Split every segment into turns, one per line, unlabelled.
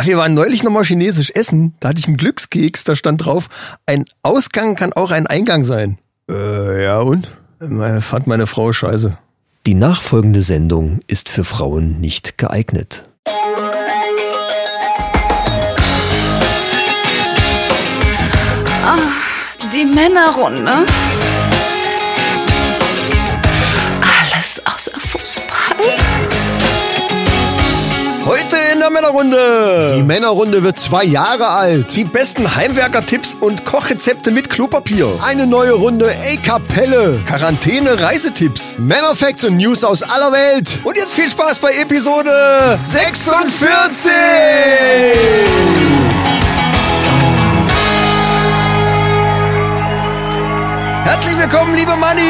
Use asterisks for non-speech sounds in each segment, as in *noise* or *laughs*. Wir waren neulich nochmal chinesisch essen. Da hatte ich einen Glückskeks, da stand drauf, ein Ausgang kann auch ein Eingang sein. Äh, ja und? Meine, fand meine Frau scheiße.
Die nachfolgende Sendung ist für Frauen nicht geeignet.
Die Männerrunde. Alles außer Fußball.
Heute in der Männerrunde.
Die Männerrunde wird zwei Jahre alt.
Die besten Heimwerker-Tipps und Kochrezepte mit Klopapier.
Eine neue Runde E-Kapelle.
Quarantäne-Reisetipps.
Männerfacts und News aus aller Welt.
Und jetzt viel Spaß bei Episode
46!
Herzlich willkommen, liebe Manni.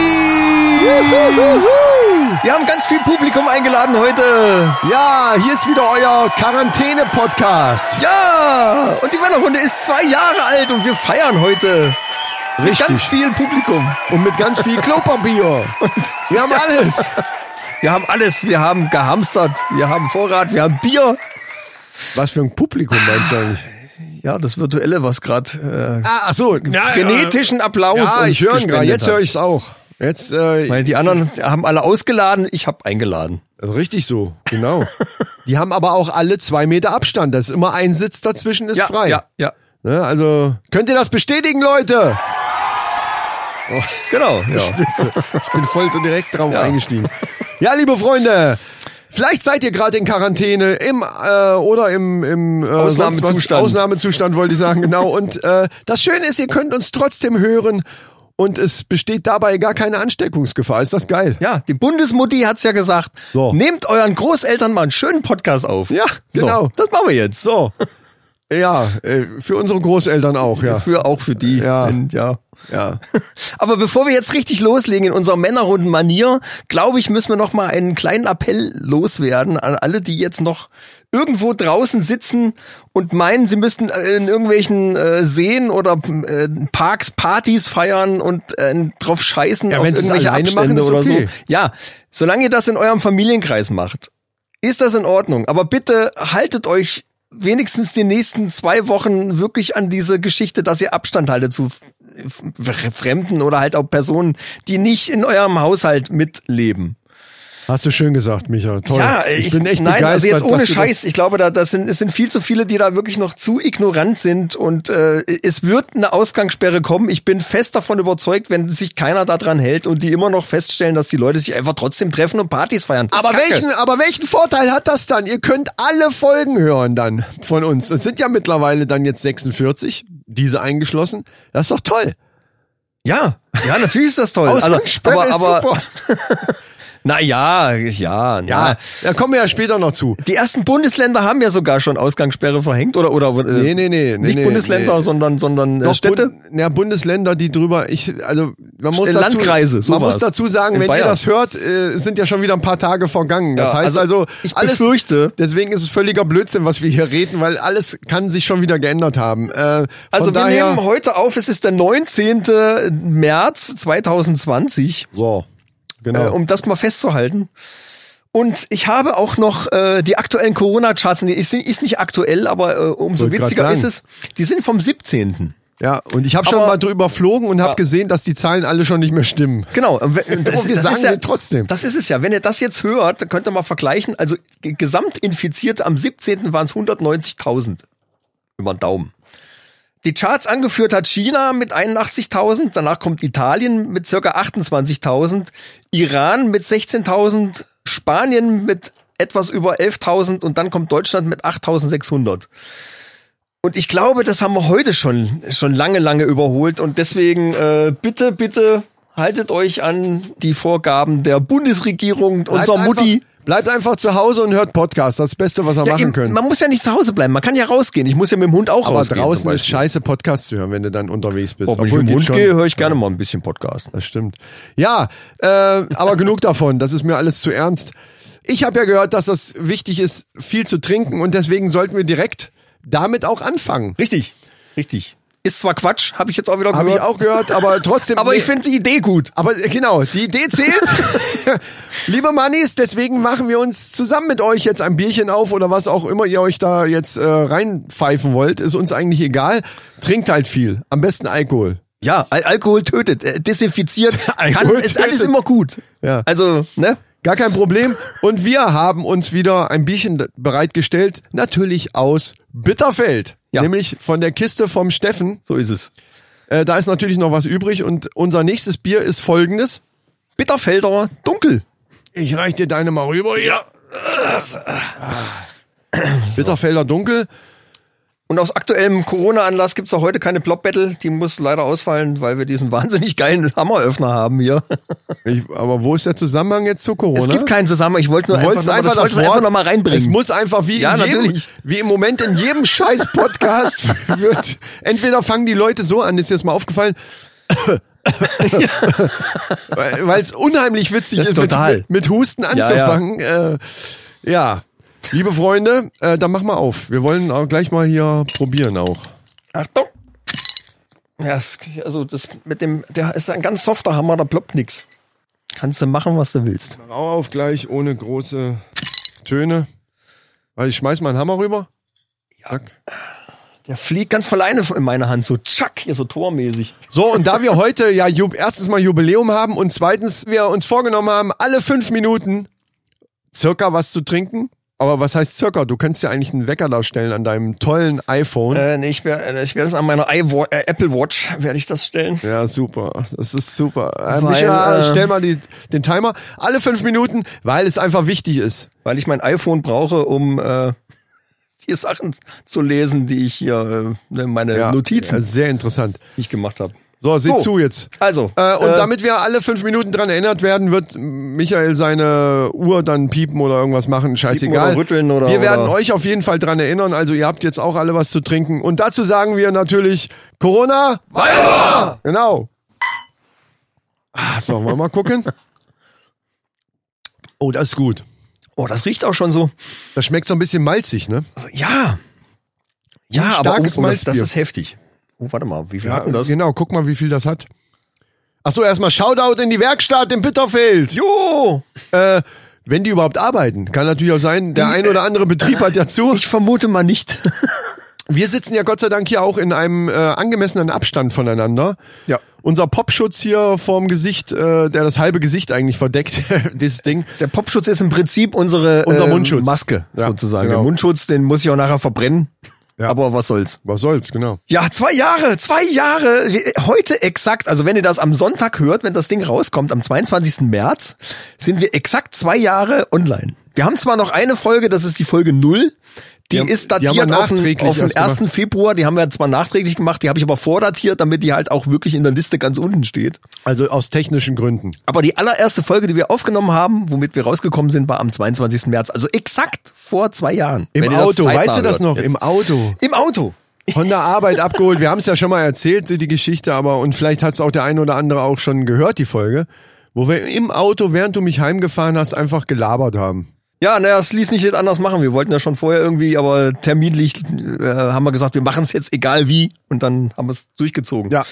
Wir haben ganz viel Publikum eingeladen heute.
Ja, hier ist wieder euer Quarantäne-Podcast.
Ja, und die Männerrunde ist zwei Jahre alt und wir feiern heute. Mit
Richtig.
ganz viel Publikum.
Und mit ganz viel
*laughs*
Klopapier. Wir haben alles.
Wir haben alles. Wir haben gehamstert. Wir haben Vorrat. Wir haben Bier.
Was für ein Publikum
Ah,
meinst du eigentlich?
Ja, das Virtuelle, was gerade
Ah, ach so.
äh, frenetischen Applaus.
Ja,
uns
Ah, ich höre ihn gerade.
gespendet
Jetzt
hat.
höre ich es auch. Jetzt, äh, also
Weil die anderen haben alle ausgeladen. Ich habe eingeladen.
richtig so. Genau. Die haben aber auch alle zwei Meter Abstand. Das ist immer ein Sitz dazwischen ist
ja,
frei.
ja, ja.
Ne, also, könnt ihr das bestätigen, Leute?
Genau. Ja.
Spitze. Ich bin voll so direkt drauf
Ja.
eingestiegen. Ja, liebe Freunde, vielleicht seid ihr gerade in Quarantäne im äh, oder im, im äh,
Ausnahmezustand.
sonst was- Ausnahmezustand wollte ich sagen, genau. Und äh, das Schöne ist, ihr könnt uns trotzdem hören und es besteht dabei gar keine Ansteckungsgefahr. Ist das geil?
Ja, die Bundesmutti hat's ja gesagt.
So.
Nehmt euren Großeltern mal einen schönen Podcast auf.
Ja, genau.
So, das machen wir jetzt.
So. Ja, äh, für unsere Großeltern auch, ja.
Für auch für die.
Ja.
Wenn- ja.
Ja.
*laughs* Aber bevor wir jetzt richtig loslegen in unserer Männerrunden-Manier, glaube ich, müssen wir noch mal einen kleinen Appell loswerden an alle, die jetzt noch irgendwo draußen sitzen und meinen, sie müssten äh, in irgendwelchen äh, Seen oder äh, Parks Partys feiern und äh, drauf scheißen
Ja,
auf
wenn sie es
irgendwelche
alleine
Abstände
machen, ist
oder
okay.
so. Ja, solange ihr das in eurem Familienkreis macht, ist das in Ordnung. Aber bitte haltet euch wenigstens die nächsten zwei Wochen wirklich an diese Geschichte, dass ihr Abstand haltet zu f- f- Fremden oder halt auch Personen, die nicht in eurem Haushalt mitleben.
Hast du schön gesagt, Micha. Toll.
Ja,
ich, bin echt
nein,
begeistert.
also jetzt
dass
ohne
du das-
Scheiß. Ich glaube, da das sind es sind viel zu viele, die da wirklich noch zu ignorant sind und äh, es wird eine Ausgangssperre kommen. Ich bin fest davon überzeugt, wenn sich keiner daran hält und die immer noch feststellen, dass die Leute sich einfach trotzdem treffen und Partys feiern. Das ist
Aber
Kacke.
welchen, aber welchen Vorteil hat das dann? Ihr könnt alle Folgen hören dann von uns. Es sind ja mittlerweile dann jetzt 46, diese eingeschlossen. Das ist doch toll.
Ja, ja, natürlich ist das toll.
Ausgangssperre
also, aber, aber
ist super.
na ja, ja, na.
Ja, da kommen wir ja später noch zu.
Die ersten Bundesländer haben ja sogar schon Ausgangssperre verhängt oder oder äh,
Nee, nee, nee, nee,
nicht
nee,
Bundesländer,
nee.
sondern sondern äh,
Doch,
Städte.
Bund, ja, Bundesländer, die drüber, ich, also, man muss
Äh,
dazu,
Landkreise, so
man muss
war's.
dazu sagen,
In
wenn ihr
Bayern.
das hört, äh, sind ja schon wieder ein paar Tage vergangen. Das
Ja,
heißt
also,
also,
ich
alles,
befürchte-
deswegen ist es völliger Blödsinn, was wir hier reden, weil alles kann sich schon wieder geändert haben. Äh, von
Also wir
daher,
nehmen heute auf, es ist der 19. März 2020,
so, genau.
äh, um das mal festzuhalten. Und ich habe auch noch äh, die aktuellen Corona-Charts, die ist, ist nicht aktuell, aber äh, umso
Wollte grad
witziger ist
sagen.
es, die sind vom 17.
Ja, und ich habe schon
Aber-
mal drüber flogen und habe gesehen, dass die Zahlen alle schon nicht mehr stimmen.
Genau.
*laughs*
und wenn-
Aber wir sagen sie trotzdem.
Das ist es ja. Wenn ihr das jetzt hört, dann könnt ihr mal vergleichen. Also g- Gesamtinfizierte am 17. waren es 190.000. Über den Daumen. Die Charts angeführt hat China mit 81.000, danach kommt Italien mit circa 28.000, Iran mit 16.000, Spanien mit etwas über 11.000 und dann kommt Deutschland mit 8.600. Und ich glaube, das haben wir heute schon, schon lange, lange überholt. Und deswegen äh, bitte, bitte haltet euch an die Vorgaben der Bundesregierung,
Bleibt
unserer Mutti.
Einfach, bleibt einfach zu Hause und hört Podcasts. Das ist das Beste, was ihr
Ja,
machen
eben,
könnt.
man muss ja nicht zu Hause bleiben, man kann ja rausgehen. Ich muss ja mit dem Hund auch
Aber
rausgehen.
draußen ist
scheiße.
scheiße, Podcasts zu hören, wenn du dann unterwegs bist.
Obwohl ich mit dem
geht
Hund
schon.
gehe, höre ich gerne mal ein bisschen Podcast.
Das stimmt. Ja, äh, aber genug davon. Das ist mir alles zu ernst. Ich habe ja gehört, dass das wichtig ist, viel zu trinken und deswegen sollten wir direkt damit auch anfangen.
Richtig, richtig. Ist zwar Quatsch, habe ich jetzt auch wieder
Habe ich
gehört.
auch gehört, aber trotzdem.
aber ich
nee.
finde die Idee gut.
Aber äh, genau, die Idee zählt. *laughs* Liebe Mannis, deswegen machen wir uns zusammen mit euch jetzt ein Bierchen auf oder was auch immer ihr euch da jetzt äh, reinpfeifen wollt. Ist uns eigentlich egal. Trinkt halt viel. Am besten Alkohol.
Ja, Al Alkohol tötet, äh, desinfiziert, kann,
*laughs* Alkohol
ist
tötet.
alles immer gut.
Ja.
Also, ne?
Gar kein Problem. Und wir haben uns wieder ein Bierchen bereitgestellt. Natürlich aus Bitterfeld.
Ja.
Nämlich von der Kiste vom Steffen.
So ist es.
Äh, da ist natürlich noch was übrig. Und unser nächstes Bier ist folgendes.
Bitterfelder, dunkel.
Ich reich dir deine mal rüber. Ja. Bitterfelder Dunkel.
Und aus aktuellem Corona-Anlass gibt's auch heute keine Plop-Battle. Die muss leider ausfallen, weil wir diesen *laughs* wahnsinnig geilen Hammeröffner haben hier.
Ich, aber wo ist der Zusammenhang jetzt zu Corona?
Es gibt keinen Zusammenhang. Ich wollte nur
Wir
einfach,
wollten
noch-
einfach
das
das
wollte ich
Wort
einfach noch mal reinbringen.
Es muss einfach wie,
Ja,
in jedem,
natürlich.
wie im Moment in jedem
*laughs*
scheiß Podcast wird. Entweder fangen die Leute so an, ist jetzt
*laughs*
mal aufgefallen. Weil es unheimlich witzig ist, mit,
total.
mit, mit Husten
ja.
anzufangen. Ja, Äh, ja. liebe Freunde, äh, dann mach mal auf. Wir wollen auch gleich mal hier probieren auch.
Achtung. Ja, es- also das mit dem, der ist ein ganz softer Hammer, da ploppt nix. Kannst du machen, was du willst.
Rau auf gleich, ohne große Töne. Weil ich schmeiß mal einen Hammer rüber. Zack.
Der fliegt ganz von alleine in meine Hand, so tschack, hier so tormäßig.
So, und da wir heute ja ju- erstens mal Jubiläum haben und zweitens wir uns vorgenommen haben, alle fünf Minuten circa was zu trinken. Aber was heißt circa? Du kannst ja eigentlich einen Wecker da stellen an deinem tollen iPhone.
Äh, nee, ich werde ich werd das an meiner iWa- äh, Apple Watch, werde ich das stellen.
Ja, super. Das ist super. Äh,
Weil,
Micha,
äh,
stell mal die, den Timer. Alle fünf Minuten, weil es einfach wichtig ist.
Weil ich mein iPhone brauche, um äh, die Sachen zu lesen, die ich hier, äh, meine
Ja,
Notizen,
Ja, sehr interessant.
die ich gemacht habe.
So, seht
So.
zu jetzt.
Also,
Äh, und
äh,
damit wir alle fünf Minuten dran erinnert werden, wird Michael seine Uhr dann piepen oder irgendwas machen, scheißegal.
oder rütteln oder-
wir werden
oder-
euch auf jeden Fall dran erinnern, also ihr habt jetzt auch alle was zu trinken. Und dazu sagen wir natürlich Corona. Weiber! Genau. Ah, so, wollen wir mal gucken? *laughs* Oh, das ist gut.
Oh, das riecht auch schon so.
Das schmeckt so ein bisschen malzig, ne?
Also, ja. Ja, aber oh,
starkes
oh, das, das
Malzbier.
ist heftig. Oh, warte mal, wie viel hatten das?
Genau, guck mal, wie viel das hat. Achso, erstmal Shoutout in die Werkstatt in Bitterfeld.
Jo!
äh, wenn die überhaupt arbeiten. Kann natürlich auch sein, der ein oder andere Betrieb *laughs* hat ja zu.
Ich vermute mal nicht.
Wir sitzen ja Gott sei Dank hier auch in einem äh, angemessenen Abstand voneinander.
Ja.
Unser Popschutz hier vorm Gesicht, äh, der das halbe Gesicht eigentlich verdeckt, *laughs* dieses Ding.
Der Popschutz ist im Prinzip unsere
Unser
ähm,
Mundschutz.
Maske
Ja,
sozusagen.
genau.
Der Mundschutz, den muss ich auch nachher verbrennen.
Ja.
Aber was soll's.
Was soll's, genau.
Ja, zwei Jahre, zwei Jahre, heute exakt, also wenn ihr das am Sonntag hört, wenn das Ding rauskommt, am 22. März, sind wir exakt zwei Jahre online. Wir haben zwar noch eine Folge, das ist die Folge null. Die,
haben-
ist
die haben wir
datiert auf den,
nachträglich
auf den
erst gemacht.
1. Februar, die haben wir zwar nachträglich gemacht, die habe ich aber vordatiert, damit die halt auch wirklich in der Liste ganz unten steht.
Also aus technischen Gründen.
Aber die allererste Folge, die wir aufgenommen haben, womit wir rausgekommen sind, war am 22. März, also exakt vor zwei Jahren.
Im
Wenn ihr das
Auto,
zeitnah
weißt du das
hört
noch?
jetzt.
Im Auto.
Im Auto.
Von der Arbeit abgeholt. Wir haben es ja schon mal erzählt, die Geschichte, aber und vielleicht hat es auch der ein oder andere auch schon gehört, die Folge, wo wir im Auto, während du mich heimgefahren hast, einfach gelabert haben.
Ja, naja, es ließ nicht anders machen. Wir wollten ja schon vorher irgendwie, aber terminlich äh, haben wir gesagt, wir machen es jetzt egal wie und dann haben wir es durchgezogen.
Ja.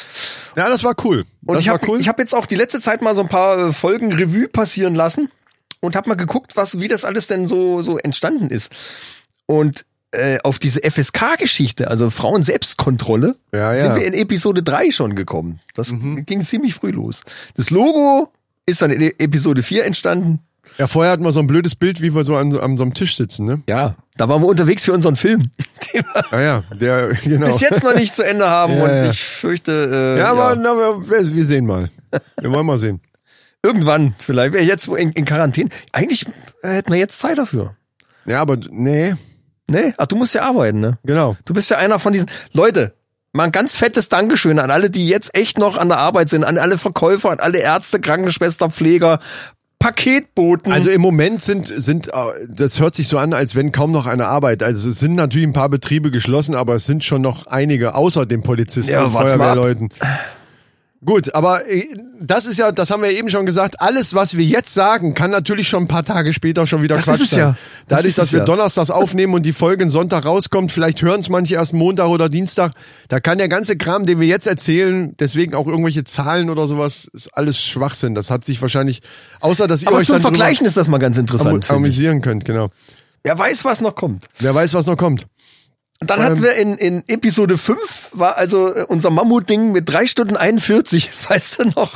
Ja, das war cool.
und
das
ich
war
habe ich hab jetzt auch die letzte Zeit mal so ein paar äh, Folgen Revue passieren lassen und habe mal geguckt, was wie das alles denn so so entstanden ist. Und äh, auf diese FSK-Geschichte, also Frauen Selbstkontrolle,
Ja, ja. Mhm.
sind wir in Episode 3 schon gekommen. Das ging ziemlich früh los. Das Logo ist dann in E- Episode 4 entstanden.
Ja, vorher hatten wir so ein blödes Bild, wie wir so an, an so einem Tisch sitzen, ne?
Ja. Da waren wir unterwegs für unseren Film, den wir
Ja, ja, der, *laughs* genau.
bis jetzt noch nicht zu Ende haben
*laughs* Ja,
und
ja.
ich fürchte, äh,
Ja, aber Na, wir, wir- wir sehen mal. Wir wollen mal sehen.
irgendwann vielleicht, Wer jetzt wo in, in Quarantäne. Eigentlich äh, hätten wir jetzt Zeit dafür.
Ja, aber nee,
Nee, ach, du musst ja arbeiten, ne?
genau.
Du bist ja einer von diesen Leute. Mal ein ganz fettes Dankeschön an alle, die jetzt echt noch an der Arbeit sind, an alle Verkäufer, an alle Ärzte, Krankenschwester, Pfleger, Paketboten.
Also im Moment sind, sind, äh, das hört sich so an, als wenn kaum noch eine Arbeit. Also es sind natürlich ein paar Betriebe geschlossen, aber es sind schon noch einige, außer den Polizisten
Ja,
und
warte mal ab.
Feuerwehrleuten. Gut, aber äh, das ist ja, das haben wir eben schon gesagt, alles, was wir jetzt sagen, kann natürlich schon ein paar Tage später schon wieder
Das
Quatsch
ist es
sein.
ja. Das
Dadurch,
ist
dass
es
wir
ja.
donnerstags aufnehmen und die Folge einen Sonntag rauskommt, vielleicht hören es manche erst Montag oder Dienstag, da kann der ganze Kram, den wir jetzt erzählen, deswegen auch irgendwelche Zahlen oder sowas, ist alles Schwachsinn. Das hat sich wahrscheinlich, außer dass ihr
Aber
euch
zum
dann drüber
Vergleichen ist das mal ganz interessant. finde
amu-
ich.
amüsieren könnt, genau.
Wer weiß, was noch kommt.
Wer weiß, was noch kommt.
Und dann hatten wir in, in Episode 5 war also äh, unser Mammutding mit 3 Stunden 41, *laughs* weißt du noch?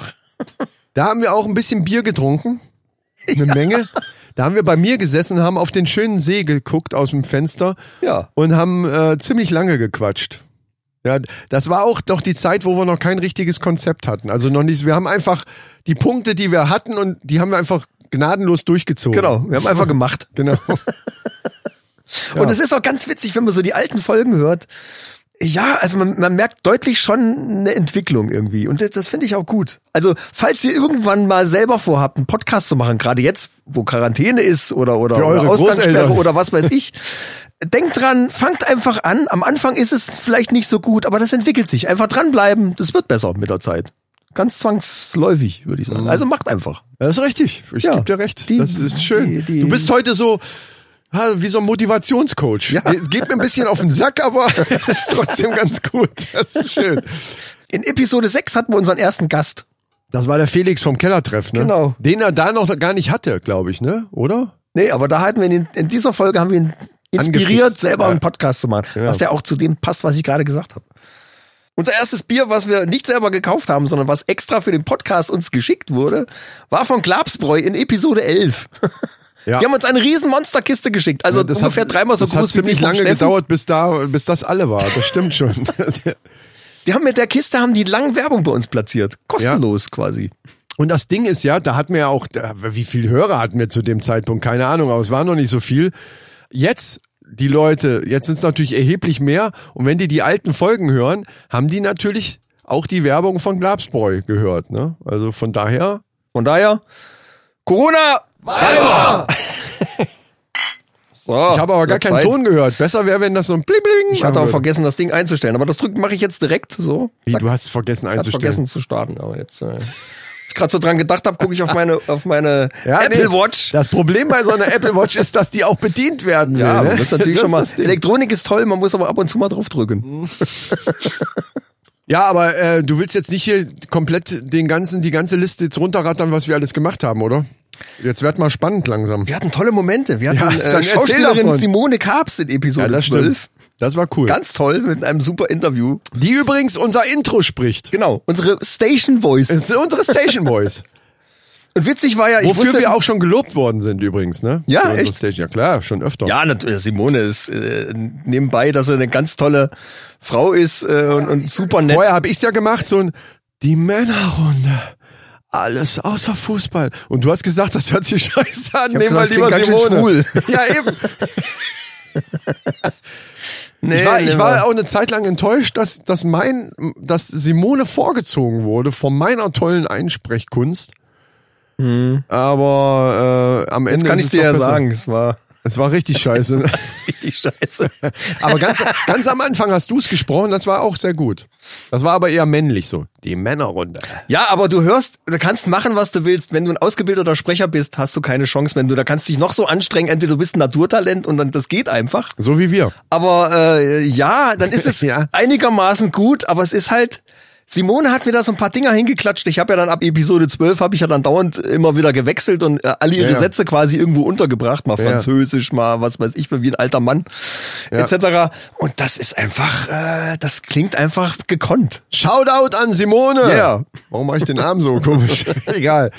Da haben wir auch ein bisschen Bier getrunken.
*laughs*
Eine Menge. Da haben wir bei mir gesessen, haben auf den schönen See geguckt aus dem Fenster
Ja.
und haben äh, ziemlich lange gequatscht. Ja, das war auch doch die Zeit, wo wir noch kein richtiges Konzept hatten. Also noch nicht, wir haben einfach die Punkte, die wir hatten und die haben wir einfach gnadenlos durchgezogen.
Genau, wir haben einfach gemacht.
Genau.
Und es ist auch ganz witzig, wenn man so die alten Folgen hört. Ja, also man, man merkt deutlich schon eine Entwicklung irgendwie. Und das, das finde ich auch gut. Also, falls ihr irgendwann mal selber vorhabt, einen Podcast zu machen, gerade jetzt, wo Quarantäne ist oder, oder,
Für eure
oder Ausgangssperre
Großeltern.
oder was weiß ich, denkt dran, fangt einfach an. Am Anfang ist es vielleicht nicht so gut, aber das entwickelt sich. Einfach dranbleiben, das wird besser mit der Zeit. Ganz zwangsläufig, würde ich sagen.
Mhm.
Also macht einfach.
Das ist richtig. Ich
Ja.
geb dir recht.
Die-
das ist schön.
die- die-
du bist heute so ha, wie so ein Motivationscoach.
Ja.
Es geht mir ein bisschen auf den Sack, aber *laughs* es ist trotzdem ganz gut. Das ist schön.
In Episode 6 hatten wir unseren ersten Gast.
Das war der Felix vom Kellertreff, ne?
Genau.
Den er da noch gar nicht hatte, glaube ich, ne? Oder?
Nee, aber da hatten wir ihn, in dieser Folge haben wir ihn inspiriert,
Angefixt,
selber
ja.
einen Podcast zu machen. Was ja auch zu dem passt, was ich gerade gesagt habe. Unser erstes Bier, was wir nicht selber gekauft haben, sondern was extra für den Podcast uns geschickt wurde, war von Glabsbräu in Episode 11.
*laughs* Ja.
Die haben uns eine riesen Monsterkiste geschickt. Also
das
ungefähr dreimal so
das
groß
hat
wie die
ziemlich
vom
lange
Steffen.
gedauert, bis da, bis das alle war. Das stimmt schon.
*laughs* Die haben mit der Kiste haben die lang Werbung bei uns platziert. Kostenlos quasi.
Und das Ding ist ja, da hatten wir ja auch, da- wie viel Hörer hatten wir zu dem Zeitpunkt? Keine Ahnung, aber es waren noch nicht so viel. Jetzt, die Leute, jetzt sind es natürlich erheblich mehr. Und wenn die die alten Folgen hören, haben die natürlich auch die Werbung von Glabsbräu gehört. Ne? Also von daher,
Von daher, Corona! Weiter! *laughs* so,
ich habe aber gar
wird
keinen
Zeit.
Ton gehört. Besser wäre, wenn das so ein Bling Bling
Ich hatte auch vergessen, das Ding einzustellen, aber das drück mache ich jetzt direkt so.
Wie, du hast vergessen
Ich hatte
einzustellen.
vergessen zu starten, aber jetzt. Äh, ich gerade so dran gedacht habe, gucke ich auf
*laughs*
meine auf meine
Ja,
Apple
nee,
Watch.
Das Problem bei so einer Apple Watch ist, dass die auch bedient werden will.
Ja,
ne?
man muss natürlich
Das
schon
ist
mal.
das Ding. Mhm.
Elektronik ist toll, man muss aber ab und zu mal draufdrücken.
Ja, aber äh, du willst jetzt nicht hier komplett den ganzen, die ganze Liste jetzt runterrattern, was wir alles gemacht haben, oder? Jetzt wird mal spannend langsam.
Wir hatten tolle Momente. Wir hatten
Ja, dann
äh,
erzähl davon.
Schauspielerin Simone Karps in Episode 12.
Das war cool.
Ganz toll mit einem super Interview.
die übrigens unser Intro spricht.
Genau, unsere Station Voice.
Das ist unsere Station Voice.
Und witzig war ja, *laughs* ich
Wofür
wusste,
wir auch schon gelobt worden sind übrigens, ne?
Ja,
Für unsere
echt?
Station. Ja klar, schon öfter.
Ja, natürlich. Simone ist äh, nebenbei, dass er eine ganz tolle Frau ist äh, und, und super nett.
Vorher habe ich's ja gemacht, so ein Die Männerrunde. Alles außer Fußball. Und du hast gesagt, das hört sich *laughs* scheiße an. Nehmen wir
gesagt,
lieber
das klingt ganz
Simone.
schön
Ja,
*laughs*
eben.
Nee,
Ich war, ich
nee, ne,
war auch eine Zeit lang enttäuscht, dass, dass, mein, dass Simone vorgezogen wurde von meiner tollen Einsprechkunst. Aber äh, am Ende.
das Hm. kann
ist
ich dir
es doch
ja
besser.
sagen, es
*laughs*
war
Es war
*laughs*
richtig scheiße.
richtig scheiße.
aber ganz, ganz am Anfang hast du es gesprochen, das war auch sehr gut. Das war aber eher männlich so. Die Männerrunde.
Ja, aber du hörst, du kannst machen, was du willst. Wenn du ein ausgebildeter Sprecher bist, hast du keine Chance. Wenn du da kannst dich noch so anstrengen, entweder du bist ein Naturtalent und dann das geht einfach.
So wie wir.
Aber äh, ja, dann ist es
*laughs* Ja.
einigermaßen gut, aber es ist halt. Simone hat mir da so ein paar Dinger hingeklatscht. Ich habe ja dann ab Episode 12 habe ich ja dann dauernd immer wieder gewechselt und äh, alle ihre
Ja, ja.
Sätze quasi irgendwo untergebracht, mal
Ja.
Französisch, mal was weiß ich, wie ein alter Mann
Ja.
etc. Und das ist einfach, äh, das klingt einfach gekonnt.
Shoutout an Simone.
Ja.
Warum mache ich den Arm so komisch? *laughs* Egal.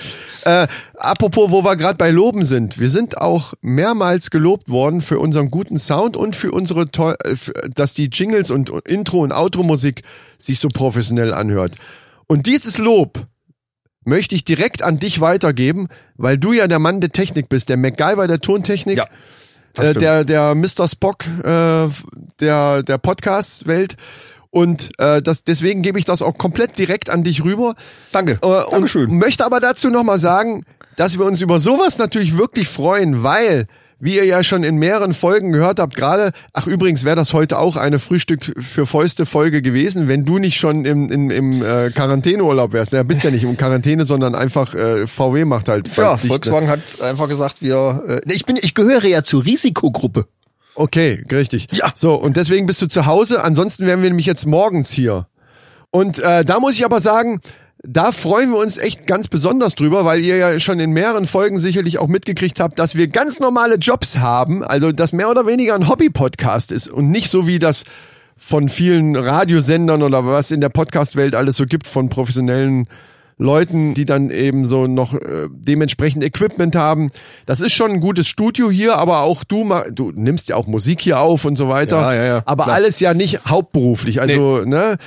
Äh, apropos, wo wir gerade bei Loben sind. Wir sind auch mehrmals gelobt worden für unseren guten Sound und für unsere, toll- äh, für- dass die Jingles und und Intro und Outro-Musik sich so professionell anhört. Und dieses Lob möchte ich direkt an dich weitergeben, weil du ja der Mann der Technik bist, der MacGyver der Tontechnik.
Ja, das
Äh,
stimmt.
der, der Mr. Spock äh, der, der Podcast-Welt. Und äh, das, deswegen gebe ich das auch komplett direkt an dich rüber.
Danke.
Äh, und
Dankeschön.
möchte aber dazu nochmal sagen, dass wir uns über sowas natürlich wirklich freuen, weil wie ihr ja schon in mehreren Folgen gehört habt, gerade, ach übrigens wäre das heute auch eine Frühstück für Fäuste Folge gewesen, wenn du nicht schon im, im, im äh, Quarantäneurlaub wärst. Ja, bist ja nicht im Quarantäne, sondern einfach äh, VW macht halt. bei
Ja,
dich, ne?
Volkswagen hat einfach gesagt, wir, äh, nee, ich bin, ich gehöre ja zur Risikogruppe.
Okay, richtig.
Ja.
So, und deswegen bist du zu Hause. Ansonsten wären wir nämlich jetzt morgens hier. Und äh, da muss ich aber sagen, da freuen wir uns echt ganz besonders drüber, weil ihr ja schon in mehreren Folgen sicherlich auch mitgekriegt habt, dass wir ganz normale Jobs haben. Also, dass mehr oder weniger ein Hobby-Podcast ist und nicht so wie das von vielen Radiosendern oder was in der Podcast-Welt alles so gibt von professionellen Leuten, die dann eben so noch äh, dementsprechend Equipment haben. Das ist schon ein gutes Studio hier, aber auch du, ma- du nimmst ja auch Musik hier auf und so weiter.
Ja, ja, ja,
aber
klar.
alles ja nicht hauptberuflich. Also, ne?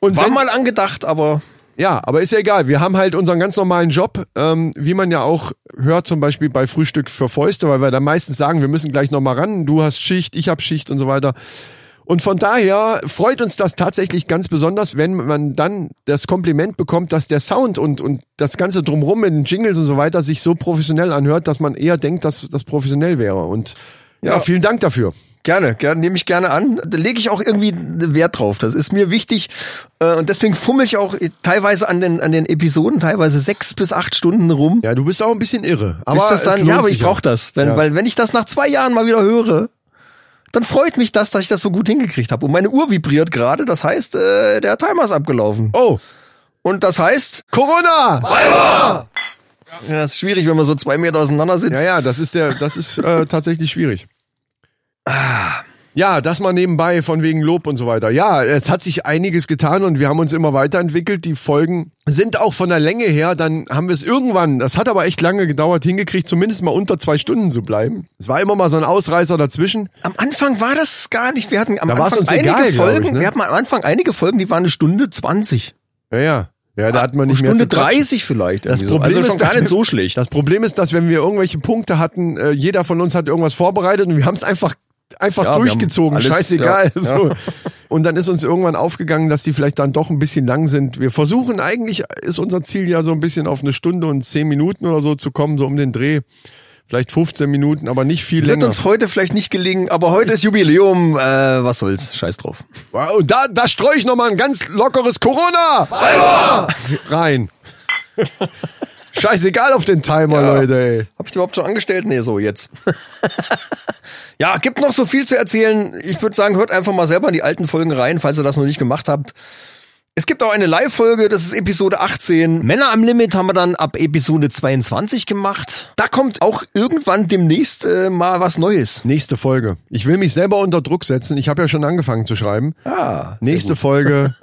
Und
War
wenn,
mal angedacht, aber
ja, aber ist ja egal. Wir haben halt unseren ganz normalen Job, ähm, wie man ja auch hört, zum Beispiel bei Frühstück für Fäuste, weil wir da meistens sagen, wir müssen gleich nochmal ran. Du hast Schicht, ich hab Schicht und so weiter. Und von daher freut uns das tatsächlich ganz besonders, wenn man dann das Kompliment bekommt, dass der Sound und, und das Ganze drumrum mit den Jingles und so weiter sich so professionell anhört, dass man eher denkt, dass das professionell wäre. Und ja,
Ja.
vielen Dank dafür.
Gerne, gerne, nehme ich gerne an. Da lege ich auch irgendwie Wert drauf. Das ist mir wichtig. Äh, Und deswegen fummel ich auch teilweise an den, an den Episoden, teilweise sechs bis acht Stunden rum.
Ja, du bist auch ein bisschen irre. Aber
bis das
es
dann,
lohnt
ja, aber ich
sich ja.
brauche das. Wenn,
Ja.
Weil wenn ich das nach zwei Jahren mal wieder höre, dann freut mich das, dass ich das so gut hingekriegt habe. Und meine Uhr vibriert gerade, das heißt, äh, der Timer ist abgelaufen.
Oh,
Und das heißt,
Corona!
ja, das ist schwierig, wenn man so zwei Meter auseinander sitzt.
Ja, ja, das ist der, das ist äh, tatsächlich schwierig. Ja, das mal nebenbei von wegen Lob und so weiter. Ja, es hat sich einiges getan und wir haben uns immer weiterentwickelt. Die Folgen sind auch von der Länge her, dann haben wir es irgendwann, das hat aber echt lange gedauert, hingekriegt, zumindest mal unter zwei Stunden zu bleiben. Es war immer mal so ein Ausreißer dazwischen.
Am Anfang war das gar nicht. Wir hatten am
Da war's
Anfang
uns
einige
egal, glaub ich,
Folgen.
ne?
Wir hatten am Anfang einige Folgen, die waren eine Stunde 20.
Ja, ja. Ja, da hat man nicht mehr
Stunde
zu quatschen.
30 vielleicht.
Das
irgendwie
Problem
so. also
ist,
schon gar
dass
nicht
wir-
so schlecht.
Das Problem ist, dass wenn wir irgendwelche Punkte hatten, äh, jeder von uns hat irgendwas vorbereitet und wir haben es einfach einfach
Ja, wir haben
durchgezogen,
alles,
scheißegal.
ja,
So. Und dann ist uns irgendwann aufgegangen, dass die vielleicht dann doch ein bisschen lang sind. Wir versuchen eigentlich, ist unser Ziel ja so ein bisschen auf eine Stunde und zehn Minuten oder so zu kommen, so um den Dreh. Vielleicht 15 Minuten, aber nicht viel
Wird
länger.
uns heute vielleicht nicht gelingen, aber heute ist Jubiläum. Äh, was soll's? Scheiß drauf.
Wow, und da, da streue ich nochmal ein ganz lockeres Corona rein. *laughs* Scheißegal auf den Timer, Leute, ey.
Hab ich die überhaupt schon angestellt? Nee, so jetzt. *laughs* ja, gibt noch so viel zu erzählen. Ich würde sagen, hört einfach mal selber in die alten Folgen rein, falls ihr das noch nicht gemacht habt. Es gibt auch eine Live-Folge, das ist Episode 18. Männer am Limit haben wir dann ab Episode 22 gemacht. Da kommt auch irgendwann demnächst äh, mal was Neues.
Nächste Folge. Ich will mich selber unter Druck setzen. Ich habe ja schon angefangen zu schreiben.
Ah, *laughs*
Nächste Folge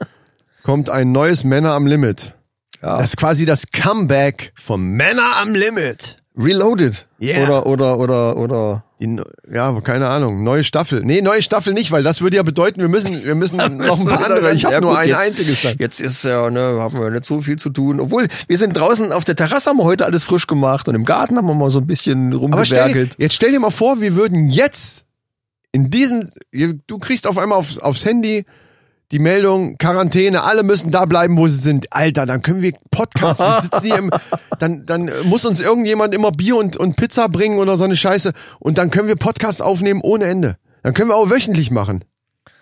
kommt ein neues Männer am Limit.
Ja.
Das ist quasi das Comeback von Männer am Limit.
Reloaded.
Yeah.
Oder, oder, oder, oder.
Die, ne- ja, keine Ahnung. Neue Staffel. Nee, neue Staffel nicht, weil das würde ja bedeuten, wir müssen,
*laughs*
wir müssen noch ein paar andere. Ich habe
Ja,
nur
gut,
ein
jetzt,
einziges. Dann.
Jetzt ist ja, ne, haben wir nicht so viel zu tun. Obwohl, wir sind draußen auf der Terrasse, haben wir heute alles frisch gemacht und im Garten haben wir mal so ein bisschen
Aber stell dir,
rumgewerkelt.
jetzt stell dir mal vor, wir würden jetzt in diesem, du kriegst auf einmal aufs, aufs Handy die Meldung, Quarantäne, alle müssen da bleiben, wo sie sind. Alter, dann können wir Podcast, wir sitzen hier
*laughs*
im, dann, dann muss uns irgendjemand immer Bier und, und Pizza bringen oder so eine Scheiße und dann können wir Podcast aufnehmen ohne Ende. Dann können wir auch wöchentlich machen.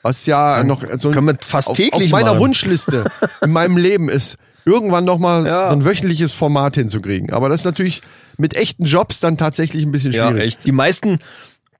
Was ja noch so
können wir fast
auf, auf
täglich
meiner
machen.
Wunschliste in meinem Leben ist, irgendwann nochmal
Ja.
so ein wöchentliches Format hinzukriegen. Aber das ist natürlich mit echten Jobs dann tatsächlich ein bisschen
Ja,
schwierig.
echt. Die meisten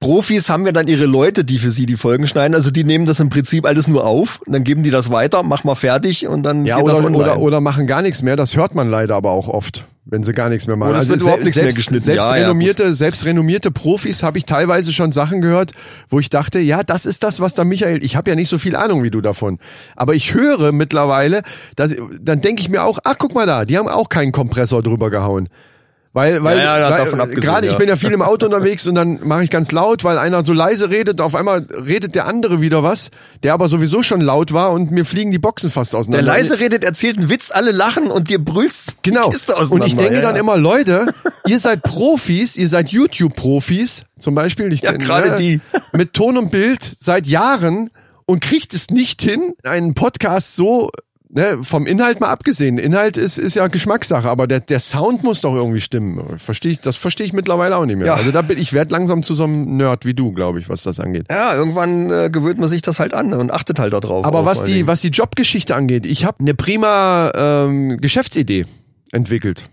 Profis haben ja dann ihre Leute, die für sie die Folgen schneiden. Also die nehmen das im Prinzip alles nur auf und dann geben die das weiter, mach mal fertig und dann
Ja,
geht das
oder,
online.
oder, oder machen gar nichts mehr. Das hört man leider aber auch oft, wenn sie gar nichts mehr machen.
Oder es Oh, wird
se-
überhaupt nichts mehr
selbst,
geschnitten.
Selbst,
Ja, ja,
renommierte, selbst renommierte Profis habe ich teilweise schon Sachen gehört, wo ich dachte, ja, das ist das, was da Michael, ich habe ja nicht so viel Ahnung wie du davon. Aber ich höre mittlerweile, dass, dann denke ich mir auch, ach, guck mal da, die haben auch keinen Kompressor drüber gehauen. Weil, weil,
Ja, ja,
weil
davon abgesehen,
gerade ich
ja.
bin ja viel im Auto unterwegs und dann mache ich ganz laut, weil einer so leise redet, auf einmal redet der andere wieder was, der aber sowieso schon laut war und mir fliegen die Boxen fast
Der
auseinander.
leise redet, erzählt einen Witz, alle lachen und dir brüllst die
Genau.
Kiste auseinander.
Und ich denke
Ja,
dann
ja.
immer, Leute, ihr seid Profis, ihr seid YouTube-Profis, zum Beispiel. Ich
Ja,
kenn-
gerade die.
Mit Ton und Bild seit Jahren und kriegt es nicht hin, einen Podcast so ne, vom Inhalt mal abgesehen. Inhalt ist, ist ja Geschmackssache, aber der, der Sound muss doch irgendwie stimmen. Verstehe ich, das verstehe ich mittlerweile auch nicht mehr.
Ja.
Also da bin ich werd langsam zu so einem Nerd wie du, glaube ich, was das angeht.
Ja, irgendwann äh, gewöhnt man sich das halt an und achtet halt darauf.
Aber
Auf
was
allen
die,
Dingen.
was die Jobgeschichte angeht, ich habe eine prima ähm, Geschäftsidee entwickelt.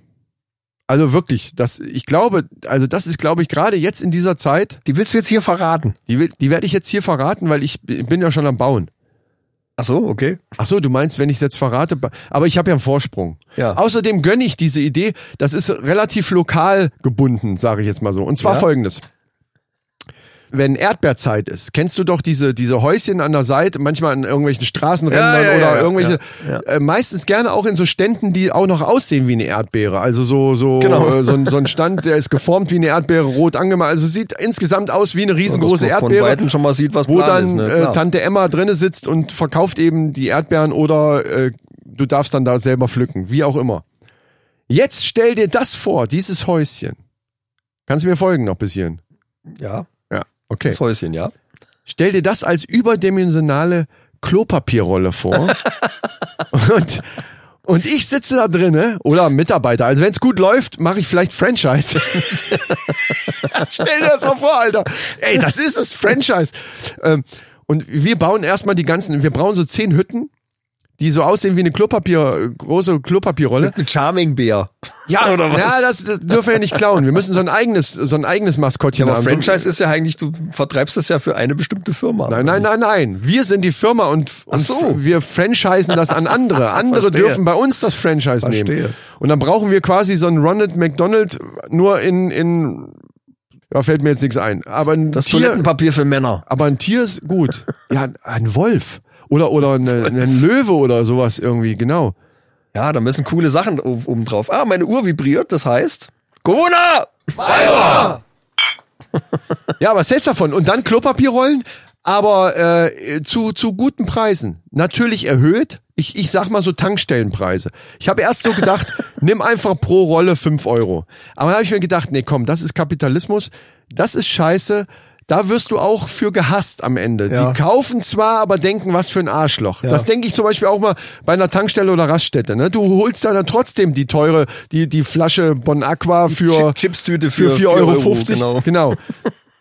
Also wirklich, das, ich glaube, also das ist, glaube ich, gerade jetzt in dieser Zeit,
die willst du jetzt hier verraten?
die, will- die werde ich jetzt hier verraten, weil ich bin ja schon am Bauen.
Ach so, okay.
Ach so, du meinst, wenn ich jetzt verrate, ba- aber ich habe ja einen Vorsprung.
Ja.
Außerdem gönne ich diese Idee, das ist relativ lokal gebunden, sage ich jetzt mal so. Und zwar
Ja.
folgendes. Wenn Erdbeerzeit ist, kennst du doch diese, diese Häuschen an der Seite, manchmal an irgendwelchen Straßenrändern
Ja, ja, ja,
oder
ja,
irgendwelche,
ja,
Äh, meistens gerne auch in so Ständen, die auch noch aussehen wie eine Erdbeere. Also so, so,
Genau.
äh, so, ein- so ein Stand, der ist geformt wie eine Erdbeere, rot angemalt. Also sieht insgesamt aus wie eine riesengroße
Dass man
Erdbeere
Von Weitem schon mal sieht, was
wo
Plan
dann
ist, ne?
äh,
Klar.
Tante Emma drinne sitzt und verkauft eben die Erdbeeren oder äh, du darfst dann da selber pflücken, wie auch immer. Jetzt stell dir das vor, dieses Häuschen. Kannst du mir folgen noch bis hierhin?
ja,
Ja, okay.
das Häuschen, ja.
Stell dir das als überdimensionale Klopapierrolle vor.
*laughs*
und, und ich sitze da drinne oder Mitarbeiter. Also wenn es gut läuft, mache ich vielleicht Franchise. *laughs* Stell dir das mal vor, Alter. Ey, das ist es, Franchise. Ähm, und wir bauen erstmal die ganzen, wir bauen so zehn Hütten, die so aussehen wie eine Klopapier, große Klopapierrolle.
Ein Charming Bär. Ja, oder *laughs* was?
Ja, das, das dürfen wir ja nicht klauen. Wir müssen so ein eigenes, so ein eigenes Maskottchen
aber
haben.
Franchise ist ja eigentlich, du vertreibst das ja für eine bestimmte Firma.
Nein, nein, nein, nein. Wir sind die Firma und, und
so.
wir franchisen das
*laughs*
an andere. Andere
Verstehe.
dürfen bei uns das Franchise nehmen.
Verstehe.
Und dann brauchen wir quasi so einen Ronald McDonald nur in, in, da fällt mir jetzt nichts ein. Aber ein
Das
Tier,
Toilettenpapier für Männer.
aber ein Tier
*laughs*
ist gut. Ja, ein Wolf. Oder, oder eine, ein Löwe oder sowas irgendwie, genau.
Ja, da müssen coole Sachen o- oben drauf. Ah, meine Uhr vibriert, das heißt. Corona!
Ja, was hältst du davon? Und dann Klopapierrollen, aber äh, zu, zu guten Preisen. Natürlich erhöht. Ich, ich sag mal so Tankstellenpreise. Ich habe erst so
*laughs*
gedacht, nimm einfach pro Rolle 5 Euro. Aber dann habe ich mir gedacht, nee, komm, das ist Kapitalismus, das ist scheiße. Da wirst du auch für gehasst am Ende.
Ja.
Die kaufen zwar, aber denken, was für ein Arschloch. Das denke ich zum Beispiel auch mal bei einer Tankstelle oder Raststätte. Ne? Du holst da dann trotzdem die teure, die, die Flasche Bon Aqua
Chi-
für,
Chipstüte
für
für 4,50
4,50 Euro.
Euro, genau.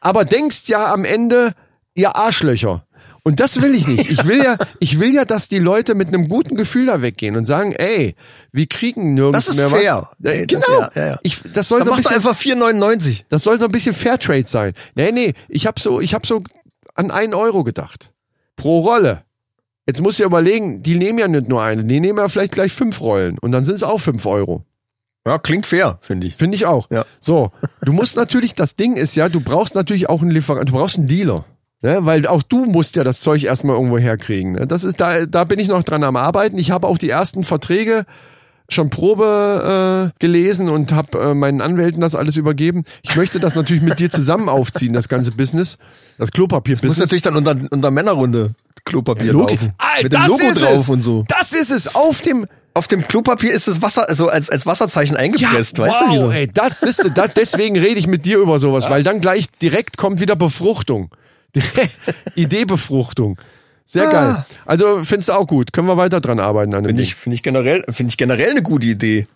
Aber denkst ja am Ende, ihr Arschlöcher. Und das will ich nicht. Ich will ja, ich will ja, dass die Leute mit einem guten Gefühl da weggehen und sagen, ey, wir kriegen nirgends
Das ist
mehr
fair.
was. Äh,
Ey, das-
genau.
ja, ja, ja.
Ich, das soll
Dann
so ein
macht er
bisschen,
einfach 4,99.
das soll so ein bisschen Fairtrade sein. Nee, nee, ich habe so, ich habe so an einen Euro gedacht. Pro Rolle. Jetzt muss ich überlegen, die nehmen ja nicht nur eine, die nehmen ja vielleicht gleich fünf Rollen und dann sind es auch fünf Euro.
Ja, klingt fair, finde ich.
Finde ich auch.
Ja.
So, du musst *laughs* natürlich, das Ding ist ja, du brauchst natürlich auch einen Lieferanten, du brauchst einen Dealer. Ne? Weil auch du musst ja das Zeug erstmal irgendwo herkriegen. Ne? Das ist, da, da bin ich noch dran am Arbeiten. Ich habe auch die ersten Verträge schon Probe äh, gelesen und habe äh, meinen Anwälten das alles übergeben. Ich möchte das natürlich mit dir zusammen aufziehen, das ganze Business. Das
Muss
Klopapier-Business.
natürlich dann unter, unter Männerrunde Klopapier
Logisch.
laufen.
Alter,
Mit dem
das
Logo
ist
drauf
es.
und so.
Das ist es. Auf dem
Auf dem Klopapier ist das Wasser, also als, als Wasserzeichen eingepresst, weißt
wow,
du wieso?
Ey, das ist, das,
*laughs*
deswegen rede ich mit dir über sowas, weil dann gleich direkt kommt wieder Befruchtung.
*laughs*
Ideebefruchtung. Sehr geil. Also findest du auch gut. Können wir weiter dran arbeiten an dem
Finde
Ding.
Ah. ich, finde ich generell, finde ich generell eine gute Idee.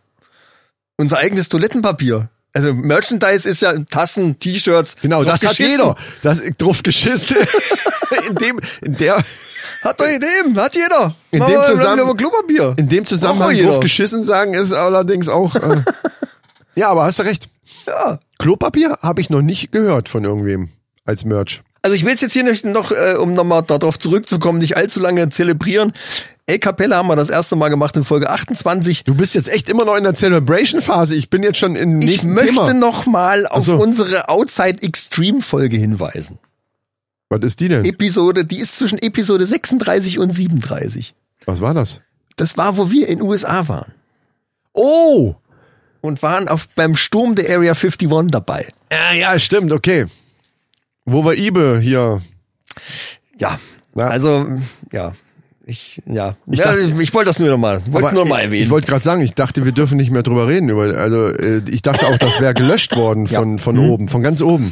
Unser eigenes Toilettenpapier. Also Merchandise ist ja Tassen, T-Shirts.
Genau,
drauf
das hat
geschissen.
jeder. Das
*laughs*
drauf geschissen. in dem, in der,
Hat doch Ideen, hat jeder.
In
Machen
dem
wir- bleiben
Zusammen-
wir über Klopapier.
in dem Zusammenhang
Braucht jeder.
drauf geschissen sagen ist allerdings auch.
*laughs*
Äh, ja, aber hast du recht.
Ja.
Klopapier habe ich noch nicht gehört von irgendwem als Merch.
Also ich will es jetzt hier nicht noch, äh, um nochmal darauf zurückzukommen, nicht allzu lange zelebrieren. El Capella haben wir das erste Mal gemacht in Folge 28.
Du bist jetzt echt immer noch in der Celebration-Phase. Ich bin jetzt schon im
Ich
nächsten
möchte
Thema.
noch mal auf
so.
unsere Outside Extreme Folge hinweisen.
Was ist die denn?
Episode, die ist zwischen Episode 36 und 37.
Was war das?
Das war, wo wir in USA waren
Oh!
und waren auf beim Sturm der Area 51 dabei.
Ja, Ah, ja, stimmt, okay. Wo war Ibe hier?
Ja.
Ja.
Also ja, ich ja, ich, ja,
dachte-
ich, ich wollte das nur noch mal, wollte
Aber
nur noch mal
ich-
erwähnen.
Ich wollte gerade sagen, ich dachte, wir dürfen nicht mehr drüber reden. Über, also äh, ich dachte auch, das wäre gelöscht worden von, von oben, von ganz oben.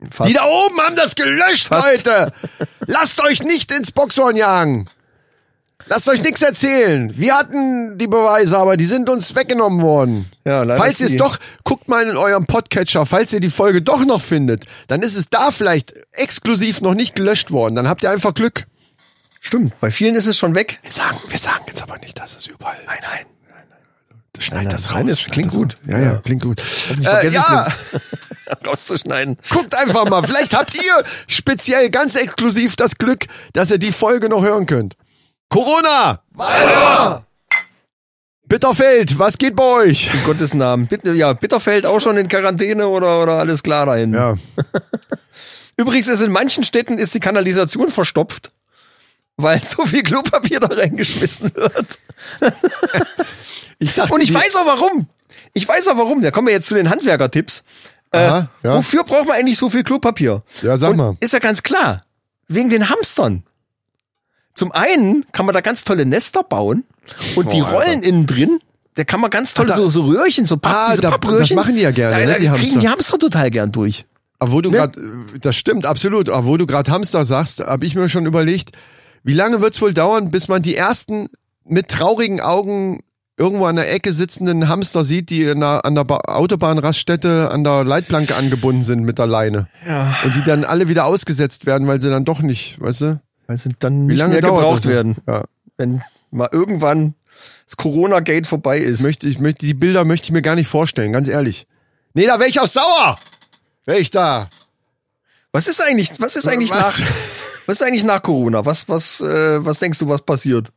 Mhm. Fast.
Die da oben haben das gelöscht, Leute! Lasst euch nicht ins Boxhorn jagen! Lasst euch nichts erzählen. Wir hatten die Beweise, aber die sind uns weggenommen worden.
Ja, leider
falls ihr es
die.
doch, guckt mal in eurem Podcatcher, falls ihr die Folge doch noch findet, dann ist es da vielleicht exklusiv noch nicht gelöscht worden. Dann habt ihr einfach Glück.
Stimmt, bei vielen ist es schon weg. *laughs*
Wir sagen, wir sagen jetzt aber nicht, dass es überall Nein, nein. Schneid
nein,
das
nein,
rein,
das klingt gut.
Ja, ja, klingt gut. Äh,
vergesse ich
ja,
Rauszuschneiden.
guckt einfach mal. Vielleicht habt ihr speziell ganz exklusiv das Glück, dass ihr die Folge noch hören könnt. Corona! Bitterfeld, was geht bei euch?
In Gottes Namen. Bitt, ja, Bitterfeld auch schon in Quarantäne oder, oder alles klar dahin.
Ja,
*laughs* Übrigens ist in manchen Städten ist die Kanalisation verstopft, weil so viel Klopapier da reingeschmissen wird.
ich dachte,
Und ich
die-
weiß auch warum. Ich weiß auch warum. Da kommen wir jetzt zu den Handwerker-Tipps.
Aha, ja.
Wofür braucht man eigentlich so viel Klopapier?
Ja, sag mal.
Ist ja ganz klar. Wegen den Hamstern. Zum einen kann man da ganz tolle Nester bauen und die
Boah, Alter.
Rollen innen drin, da kann man ganz tolle
da-
so, so Röhrchen, so Papp,
Ah,
diese
da- das
Pappröhrchen.
machen die ja gerne,
Da,
ne,
da
die
kriegen
Hamster.
die Hamster total gern durch.
Aber wo
Ne?
du gerade, das stimmt absolut, aber wo du gerade Hamster sagst, habe ich mir schon überlegt, wie lange wird's wohl dauern, bis man die ersten mit traurigen Augen irgendwo an der Ecke sitzenden Hamster sieht, die in der, an der Ba- Autobahnraststätte an der Leitplanke angebunden sind mit der Leine. Ja. Und die dann alle wieder ausgesetzt werden, weil sie dann doch nicht, weißt du?
Weil sie dann
Wie
nicht
lange
mehr
dauert
gebraucht
das?
werden.
Ja.
Wenn mal irgendwann das Corona-Gate vorbei ist.
Möchte, ich möchte, die Bilder möchte ich mir gar nicht vorstellen, ganz ehrlich. Nee, da wäre ich auch sauer! Wäre ich da.
Was ist eigentlich, was ist eigentlich
Was?
nach, was ist eigentlich nach Corona? Was, was, äh, was denkst du, was passiert?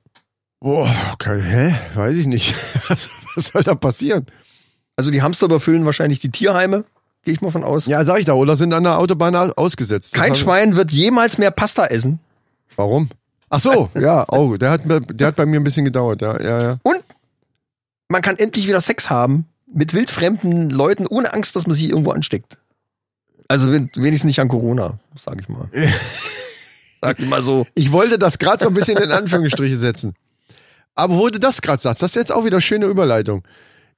Boah, okay, hä? Weiß ich nicht. *laughs* Also, Was soll da passieren?
Also die Hamster überfüllen wahrscheinlich die Tierheime, gehe ich mal von aus.
Ja, sag ich da, oder sind an der Autobahn au- ausgesetzt.
Kein
Das haben-
Schwein wird jemals mehr Pasta essen.
Warum?
*laughs*
Ach so, ja, oh, der hat, mir- der hat bei mir ein bisschen gedauert, ja, ja, ja.
Und man kann endlich wieder Sex haben mit wildfremden Leuten, ohne Angst, dass man sich irgendwo ansteckt. Also wen- wenigstens nicht an Corona, sag ich
*laughs*
mal. sag ich mal so.
Ich wollte das gerade so ein bisschen in Anführungsstriche setzen. Aber wo du das gerade sagst, das ist jetzt auch wieder schöne Überleitung.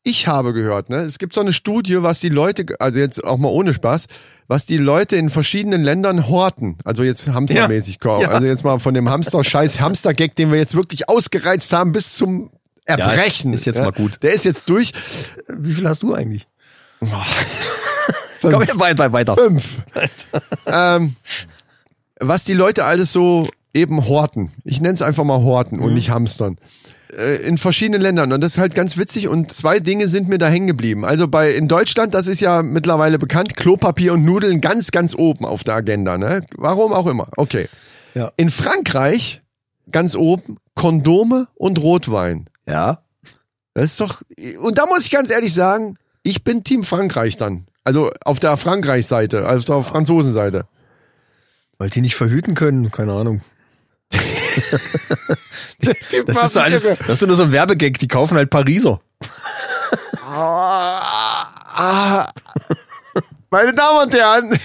Ich habe gehört, ne, es gibt so eine Studie, was die Leute, also jetzt auch mal ohne Spaß, was die Leute in verschiedenen Ländern horten. Also jetzt hamstermäßig,
Ja, ja.
also jetzt mal von dem Hamster-Scheiß, Hamster-Gag, den wir jetzt wirklich ausgereizt haben bis zum Erbrechen.
ist jetzt mal gut.
Der ist jetzt durch.
Wie viel hast du eigentlich?
Fünf.
Komm, weiter, weiter.
fünf. ähm, was die Leute alles so eben horten. Ich nenne es einfach mal horten und nicht hamstern. Äh, In verschiedenen Ländern. Und das ist halt ganz witzig. Und zwei Dinge sind mir da hängen geblieben. Also bei, in Deutschland, das ist ja mittlerweile bekannt, Klopapier und Nudeln ganz, ganz oben auf der Agenda, ne? Warum auch immer. Okay.
Ja.
In Frankreich, ganz oben, Kondome und Rotwein.
Ja.
Das ist doch. Und da muss ich ganz ehrlich sagen, ich bin Team Frankreich dann. Also auf der Frankreich-Seite, also auf der Franzosenseite.
Weil die nicht verhüten können, keine Ahnung. Das ist so alles,
Irre.
das ist nur so ein Werbegag, die kaufen halt Pariser.
Ah, ah. Meine Damen und Herren,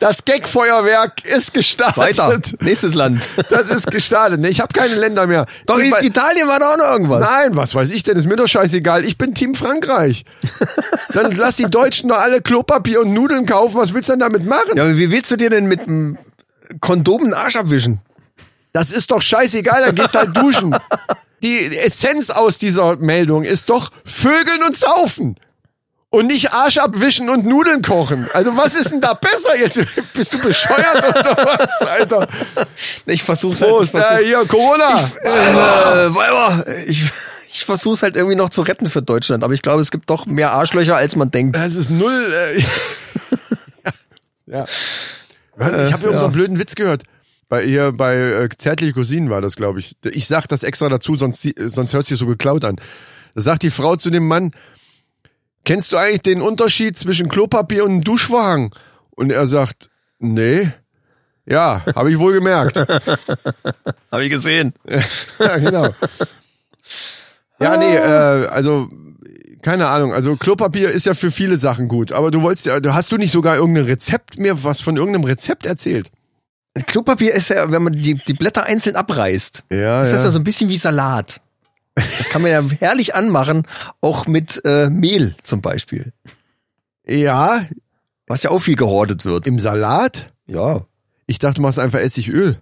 das Gag-Feuerwerk ist gestartet.
Weiter, nächstes Land.
Das ist gestartet. Ne, Ich habe keine Länder mehr.
Doch,
Ich
I-
wei-
Italien war da auch noch irgendwas.
Nein, was weiß ich denn? Ist mir doch scheißegal. Ich bin Team Frankreich. Dann lass die Deutschen doch alle Klopapier und Nudeln kaufen. Was willst du denn damit machen?
Ja, aber wie willst du dir denn mit einem Kondom einen Arsch abwischen?
Das ist doch scheißegal, dann gehst halt duschen. Die Essenz aus dieser Meldung ist doch Vögeln und Saufen. Und nicht Arsch abwischen und Nudeln kochen. Also was ist denn da besser jetzt? *laughs* Bist du bescheuert oder was, Alter?
Ich versuch's halt.
Prost,
ich versuch-
äh, hier, Corona.
äh, Weiber, ich, ich versuch's halt irgendwie noch zu retten für Deutschland, aber ich glaube, es gibt doch mehr Arschlöcher, als man denkt.
Das ist null. Äh, ja. Ich habe irgendeinen so einen blöden Witz gehört. Bei ihr, bei äh, zärtliche Cousinen war das, glaube ich. Ich sag das extra dazu, sonst, sie- äh, sonst hört sich so geklaut an. Da sagt die Frau zu dem Mann: Kennst du eigentlich den Unterschied zwischen Klopapier und einem Duschvorhang? Und er sagt: Nee. Ja, habe ich wohl gemerkt.
Hab ich gesehen.
ja, genau. Ja, nee, äh, also keine Ahnung. Also Klopapier ist ja für viele Sachen gut, aber du wolltest ja, du hast du nicht sogar irgendein Rezept mir was von irgendeinem Rezept erzählt?
Klopapier ist ja, wenn man die, die Blätter einzeln abreißt,
Ja,
ist das
ja.
ja so ein bisschen wie Salat. Das kann man ja herrlich anmachen, auch mit äh, Mehl zum Beispiel,
Ja,
was ja auch viel gehortet wird.
im Salat.
Ja,
Ich dachte, du machst einfach Essigöl,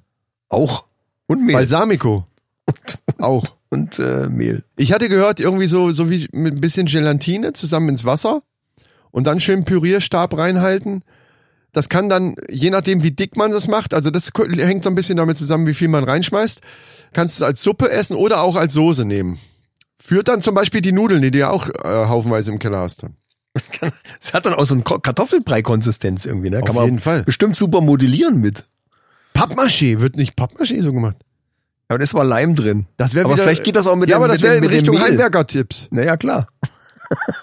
auch. Und Mehl.
Balsamico. Auch.
und äh, Mehl.
Ich hatte gehört, irgendwie so, so wie mit ein bisschen Gelatine zusammen ins Wasser und dann schön Pürierstab reinhalten. Das kann dann, je nachdem, wie dick man das macht, also das ko- hängt so ein bisschen damit zusammen, wie viel man reinschmeißt, kannst du es als Suppe essen oder auch als Soße nehmen. Führt dann zum Beispiel die Nudeln, die du ja auch äh, haufenweise im Keller hast.
Es hat dann auch so eine Ko- Kartoffelbrei-Konsistenz irgendwie, ne? Kann
Auf
man
jeden Fall.
bestimmt super modellieren mit.
Pappmaché, wird nicht Pappmaché so gemacht.
Aber das war Leim drin.
Das wär
aber
wieder-
vielleicht geht das auch mit
ja,
dem
aber das
mit
wäre
dem,
in
mit
Richtung
dem Mehl.
Handwerker-Tipps.
Naja, klar.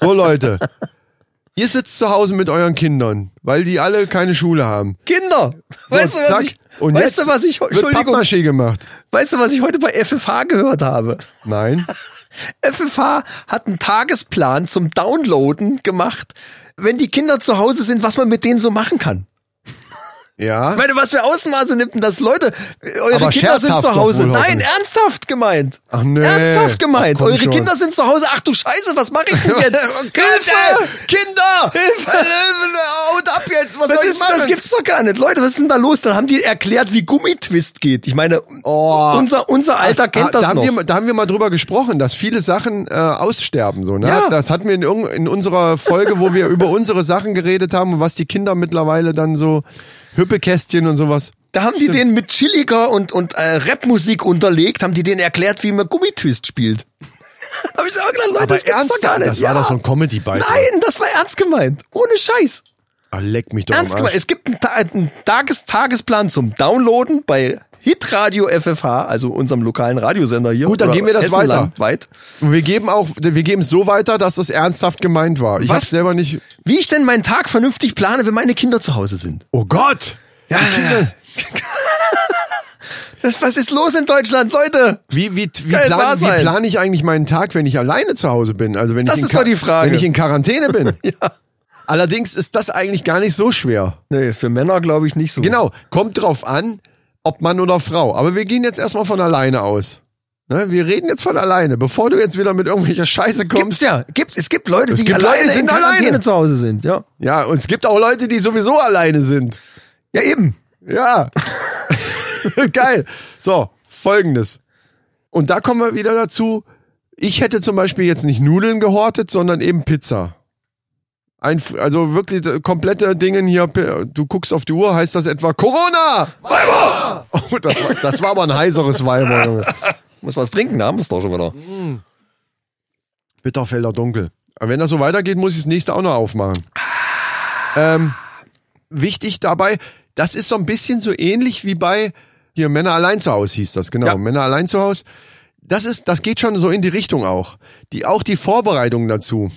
So Leute,
*laughs*
ihr sitzt zu Hause mit euren Kindern, weil die alle keine Schule haben.
Kinder!
So,
weißt du, was
zack.
ich,
und
weißt
jetzt
du, was ich,
wird
Entschuldigung,
Pappmaché gemacht.
weißt du, was ich heute bei FFH gehört habe?
*laughs* Nein.
FFH hat einen Tagesplan zum Downloaden gemacht, wenn die Kinder zu Hause sind, was man mit denen so machen kann.
Ja.
Ich meine, was für Ausmaße nimmt denn das? Leute, eure
Aber
Kinder sind
scherzhaft
zu
doch
Hause.
wohl
Nein,
hoffentlich.
ernsthaft gemeint.
Ach, nee.
Ernsthaft gemeint.
Ach, komm
eure
schon.
Kinder sind zu Hause. Ach du Scheiße, was mache ich denn *laughs* jetzt? Hilfe!
Kinder! Äh,
Hilfe!
Haut ab jetzt! Was
Das, ist, das gibt's doch gar nicht. Leute, was ist denn da los? Dann haben die erklärt, wie Gummitwist geht. Ich meine,
Oh.
unser, unser Alter kennt
da,
das
haben
noch.
Wir, mal- da haben wir mal drüber gesprochen, dass viele Sachen äh, aussterben. So, ne?
Ja.
Das hatten wir in, irgend- in unserer Folge, wo wir über unsere Sachen geredet haben und was die Kinder mittlerweile dann so Hüppekästchen und sowas.
Da haben die den mit chilliger und, und äh, Rapmusik unterlegt, haben die den erklärt, wie man Gummitwist spielt. da *laughs* hab ich gesagt, Leute, das gibt's doch gar nicht.
das war
ja.
doch so ein Comedy-Beitrag.
Nein, das war ernst gemeint. Ohne Scheiß.
Ah, leck mich doch
ernst
am
gemeint.
Arsch.
Es gibt einen, Ta einen Tages Tagesplan zum Downloaden bei Hitradio FFH, also unserem lokalen Radiosender hier.
Gut, dann
oder
geben wir das
Hessen
weiter.
landweit.
Und wir geben auch, wir geben so weiter, dass das ernsthaft gemeint war. Ich
Was?
hab's selber nicht.
Wie ich denn meinen Tag vernünftig plane, wenn meine Kinder zu Hause sind.
Oh Gott!
Ja, ja, ja. *laughs* Das, was ist los in Deutschland, Leute?
Wie, wie, wie,
Kann ja wahr
plan, wie
sein.
plane ich eigentlich meinen Tag, wenn ich alleine zu Hause bin? Also wenn
Das
ich in
ist doch die Frage.
Wenn ich in Quarantäne
*laughs*
bin. Allerdings ist das eigentlich gar nicht so schwer.
Nee, für Männer glaube ich nicht so.
Genau, kommt drauf an, ob Mann oder Frau. Aber wir gehen jetzt erstmal von alleine aus. Ne? Wir reden jetzt von alleine, bevor du jetzt wieder mit irgendwelcher Scheiße
Gibt's
kommst.
ja. Gibt, es gibt Leute,
Es
die
gibt
alleine
Leute, die
in
sind
Quarantäne
alleine.
zu Hause sind. Ja,
Ja, und es gibt auch Leute, die sowieso alleine sind.
ja eben.
Ja. *laughs* Geil. So, folgendes. Und da kommen wir wieder dazu. Ich hätte zum Beispiel jetzt nicht Nudeln gehortet, sondern eben Pizza. Ein, also wirklich äh, komplette Dingen hier. p- Du guckst auf die Uhr, heißt das etwa Corona! Weiber! *laughs* Oh, das war, das war aber ein heiseres Weiber. Junge.
Muss was trinken, da haben wir es doch schon wieder.
Bitterfelder Dunkel. Aber wenn das so weitergeht, muss ich das nächste auch noch aufmachen. Ähm, wichtig dabei, das ist so ein bisschen so ähnlich wie bei hier Männer allein zu Haus hieß das, genau.
Ja.
Männer allein zu Haus. Das ist, das geht schon so in die Richtung auch. Die, auch die Vorbereitung dazu.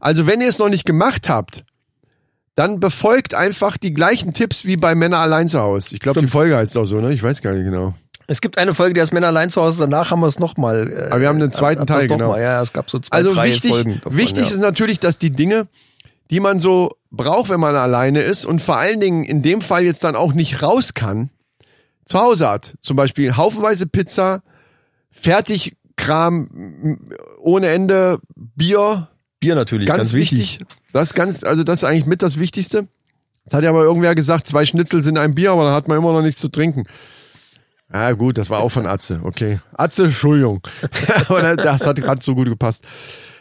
Also wenn ihr es noch nicht gemacht habt, dann befolgt einfach die gleichen Tipps wie bei Männer allein zu Haus. Ich glaube, die Folge heißt auch so, ne? Ich weiß gar nicht genau.
Es gibt eine Folge, die heißt Männer allein zu Hause, danach haben wir es nochmal. Äh,
Aber wir haben einen zweiten
hat- hat man's
Teil,
noch
genau.
Mal. Ja, ja, es gab so zwei,
Also
drei
wichtig,
Folgen. davon,
wichtig
ja.
ist natürlich, dass die Dinge, die man so braucht, wenn man alleine ist und vor allen Dingen in dem Fall jetzt dann auch nicht raus kann, zu Hause hat. Zum Beispiel haufenweise Pizza, Fertigkram m, ohne Ende, Bier,
Bier natürlich,
ganz, wichtig. Das ist ganz, also das ist eigentlich mit das Wichtigste. Das hat ja mal irgendwer gesagt, zwei Schnitzel sind ein Bier, aber dann hat man immer noch nichts zu trinken. Ah gut, das war auch von Atze, okay. Atze, Entschuldigung. *laughs* aber das hat gerade so gut gepasst.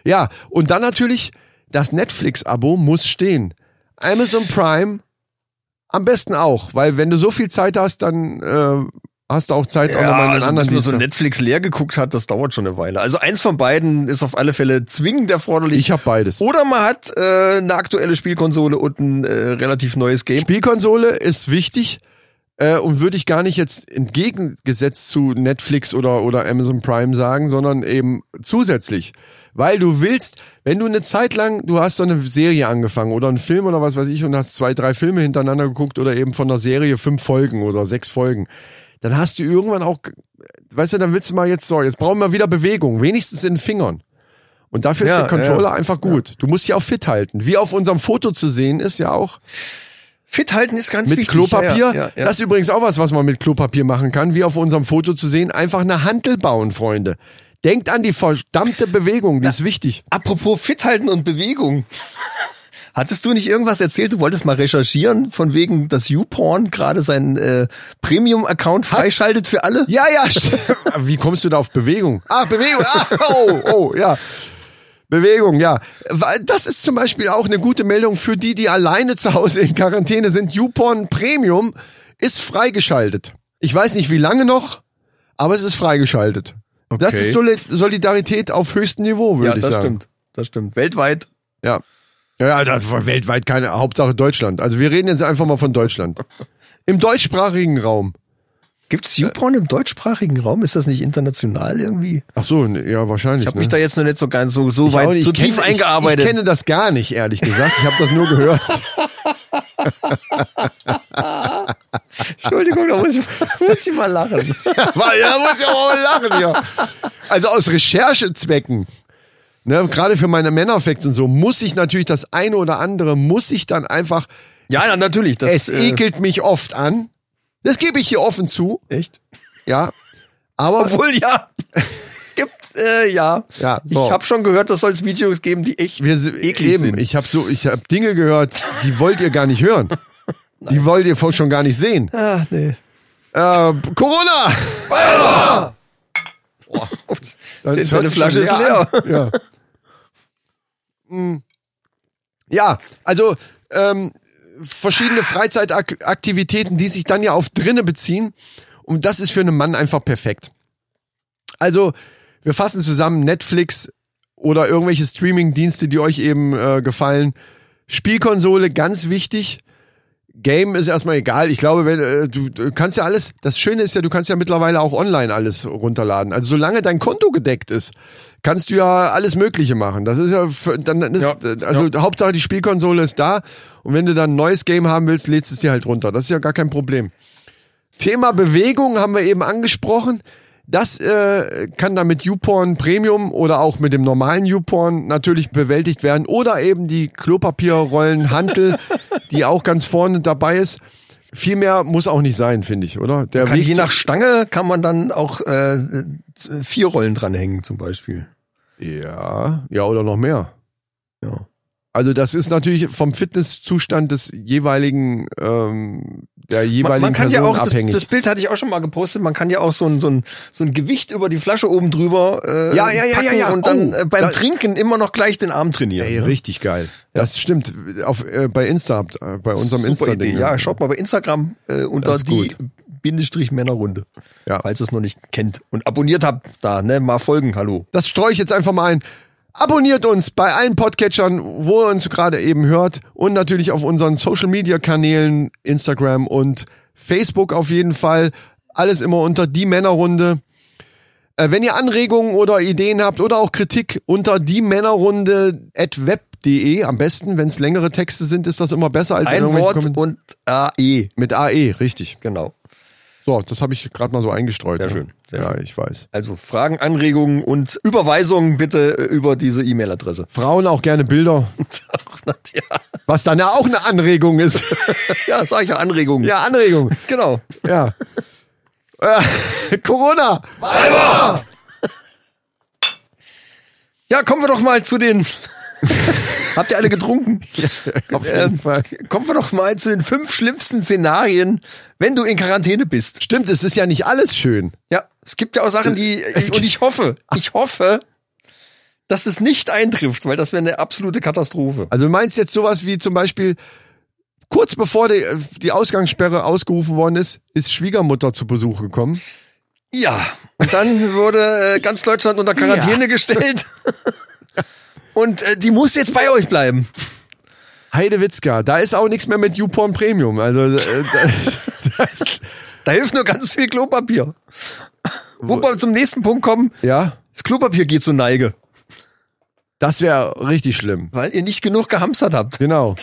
Ja, und dann natürlich, das Netflix-Abo muss stehen. Amazon Prime am besten auch, weil wenn du so viel Zeit hast, dann äh, hast du auch Zeit, auch noch mal
Ja,
einen
also
anderen ne?
bis man so
Dienst-
Netflix leer geguckt hat, das dauert schon eine Weile. Also eins von beiden ist auf alle Fälle zwingend erforderlich.
Ich habe beides.
Oder man hat äh, eine aktuelle Spielkonsole und ein äh, relativ neues Game.
Spielkonsole ist wichtig äh, und würde ich gar nicht jetzt entgegengesetzt zu Netflix oder, oder Amazon Prime sagen, sondern eben zusätzlich. Weil du willst, wenn du eine Zeit lang, du hast so eine Serie angefangen oder einen Film oder was weiß ich und hast zwei, drei Filme hintereinander geguckt oder eben von der Serie fünf Folgen oder sechs Folgen, dann hast du irgendwann auch, ge- weißt du, dann willst du mal jetzt, so, jetzt brauchen wir wieder Bewegung, wenigstens in den Fingern. Und dafür ist
Ja,
der Controller
ja.
einfach gut. Du musst dich auch fit halten. Wie auf unserem Foto zu sehen ist ja auch,
Fit halten ist ganz
mit
wichtig.
Klopapier.
Ja, ja, ja, ja.
Das ist übrigens auch was, was man mit Klopapier machen kann, wie auf unserem Foto zu sehen. Einfach eine Hantel bauen, Freunde. Denkt an die verdammte Bewegung, die ist wichtig.
Apropos Fit halten und Bewegung. Hattest du nicht irgendwas erzählt? Du wolltest mal recherchieren, von wegen, dass YouPorn gerade seinen äh, Premium-Account freischaltet für alle?
Ja, ja, *laughs* stimmt. Wie kommst du da auf Bewegung? Ach, Bewegung, ah, oh, oh, ja. Bewegung, ja. Weil Das ist zum Beispiel auch eine gute Meldung für die, die alleine zu Hause in Quarantäne sind. YouPorn Premium ist freigeschaltet. Ich weiß nicht, wie lange noch, aber es ist freigeschaltet. Das
Okay.
ist Soli- Solidarität auf höchstem Niveau, würde
Ja,
ich
das
sagen.
stimmt. Das stimmt. Weltweit.
Ja. Ja, Ja, da war weltweit keine Hauptsache Deutschland. Also wir reden jetzt einfach mal
*laughs*
von Deutschland. Im deutschsprachigen Raum.
Gibt's YouPorn im deutschsprachigen Raum? Ist das nicht international irgendwie?
Ach so, ne, ja, wahrscheinlich.
Ich habe
ne?
mich da jetzt noch nicht so ganz so, so
Ich auch
weit,
nicht.
so
Ich
tief
kenne-
eingearbeitet.
Ich, ich kenne das gar nicht, ehrlich gesagt. Ich habe das nur gehört.
*laughs*
*laughs*
Entschuldigung, da muss *laughs* ich, muss ich mal lachen.
Weil, da muss ich auch mal lachen, ja. Also aus Recherchezwecken. Ne, gerade für meine Männerfacts und so muss ich natürlich das eine oder andere muss ich dann einfach.
Ja, na, natürlich. Das,
es ekelt mich oft an. Das gebe ich hier offen zu.
Äh, echt?
Ja. Aber
Obwohl, *laughs* ja. Es gibt, äh, ja.
Ja, so.
Ich habe schon gehört, dass soll's Videos geben, die echt
Wir sind
eklig
eben,
sind.
Ich habe so, ich habe Dinge gehört, die wollt ihr gar nicht
*laughs*
hören. Die wollt ihr voll schon gar nicht sehen.
Ach, nee.
Äh, Corona!
Deine
Das hört sich
Flasche
schon
ist leer.
an. Ja. Mm. ja, also ähm, verschiedene Freizeitaktivitäten, die sich dann ja auf drinnen beziehen. Und das ist für einen Mann einfach perfekt. Also, wir fassen zusammen Netflix oder irgendwelche Streaming-Dienste, die euch eben äh, gefallen. Spielkonsole, ganz wichtig. Game ist erstmal egal. Ich glaube, wenn, äh, du, du kannst ja alles, das Schöne ist ja, du kannst ja mittlerweile auch online alles runterladen. Also solange dein Konto gedeckt ist, kannst du ja alles Mögliche machen. Das ist ja, für, dann dann ist,
Ja,
äh, also Hauptsache die Spielkonsole ist da und wenn du dann ein neues Game haben willst, lädst es dir halt runter. Das ist ja gar kein Problem. Thema Bewegung haben wir eben angesprochen. Das äh, kann dann mit YouPorn Premium oder auch mit dem normalen YouPorn natürlich bewältigt werden. Oder eben
*laughs*
die Klopapierrollenhantel, die auch ganz vorne dabei ist. Viel mehr muss auch nicht sein, finde ich, oder? Der
Kann,
Weg
je
zu-
nach Stange kann man dann auch äh, vier Rollen dranhängen zum Beispiel.
ja, ja oder noch mehr.
Ja.
Also das ist natürlich vom Fitnesszustand des jeweiligen ähm, der
Man,
jeweiligen
man kann ja
Person
auch, das,
abhängig.
das Bild hatte ich auch schon mal gepostet, man kann ja auch so ein, so ein, so ein Gewicht über die Flasche oben drüber äh,
Ja, ja, ja,
packen
ja, ja.
und dann
Oh,
äh, beim
da-
Trinken immer noch gleich den Arm trainieren.
Ey,
ne?
richtig geil. Das stimmt. Auf, äh, bei Insta, äh, bei unserem
Super Idee.
Insta-Ding.
Ja, schaut mal bei Instagram äh, unter
Das ist
die
gut.
Bindestrich Männerrunde.
Ja.
Falls ihr es noch nicht kennt und abonniert habt, da, ne, mal folgen, hallo.
Das streue ich jetzt einfach mal ein. Abonniert uns bei allen Podcatchern, wo ihr uns gerade eben hört und natürlich auf unseren Social Media Kanälen, Instagram und Facebook auf jeden Fall. Alles immer unter die Männerrunde. Äh, wenn ihr Anregungen oder Ideen habt oder auch Kritik unter die Männerrunde at web.de am besten, wenn es längere Texte sind, ist das immer besser als
Ein
irgendwelche
Wort
Kommentare.
und AE.
mit AE, richtig.
Genau.
So, das habe ich gerade mal so eingestreut.
Sehr
ne?
schön, sehr
ja, ich weiß.
Also Fragen, Anregungen und Überweisungen bitte äh, über diese E-Mail-Adresse.
Frauen auch gerne Bilder,
ja,
was dann ja auch eine
*laughs*
Anregung ist.
ja, sag ich ja, Anregungen.
Ja, Anregung.
Genau.
Ja. Äh, Corona.
Ja, kommen wir doch mal zu
*laughs*
den. Habt ihr alle getrunken?
Auf jeden
Ähm,
Fall.
Kommen wir doch mal zu den fünf schlimmsten Szenarien, wenn du in Quarantäne bist.
Stimmt, es ist ja nicht alles schön.
Ja, es gibt ja auch Sachen, die
Es
und ich hoffe, ich hoffe, dass es nicht eintrifft, weil das wäre eine absolute Katastrophe.
Also du meinst jetzt sowas wie zum Beispiel kurz bevor die, äh, die Ausgangssperre ausgerufen worden ist, ist Schwiegermutter zu Besuch gekommen.
Ja, und dann wurde äh, ganz Deutschland unter Quarantäne gestellt. *laughs* Und äh, die muss jetzt bei euch bleiben.
Heide Witzka, da ist auch nichts mehr mit YouPorn Premium. Also äh, *laughs* das, das,
Da hilft nur ganz viel Klopapier. Wo wir zum nächsten Punkt kommen,
ja,
das Klopapier geht zur Neige,
das wäre richtig schlimm.
weil ihr nicht genug gehamstert habt.
Genau.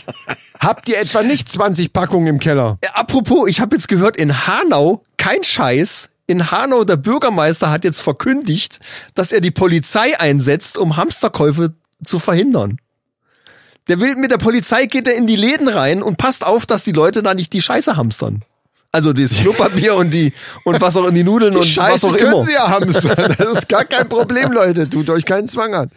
Habt ihr etwa nicht 20 Packungen im Keller?
Äh, Apropos, ich habe jetzt gehört, in Hanau, kein Scheiß, in Hanau, der Bürgermeister hat jetzt verkündigt, dass er die Polizei einsetzt, um Hamsterkäufe zu verhindern. Der will mit der Polizei geht er in die Läden rein und passt auf, dass die Leute da nicht die Scheiße hamstern. Also das
*laughs*
Klopapier und die und was auch in die Nudeln und was
Scheiße
auch
können
immer.
sie ja hamstern. Das ist gar kein Problem, Leute. Tut euch keinen Zwang an.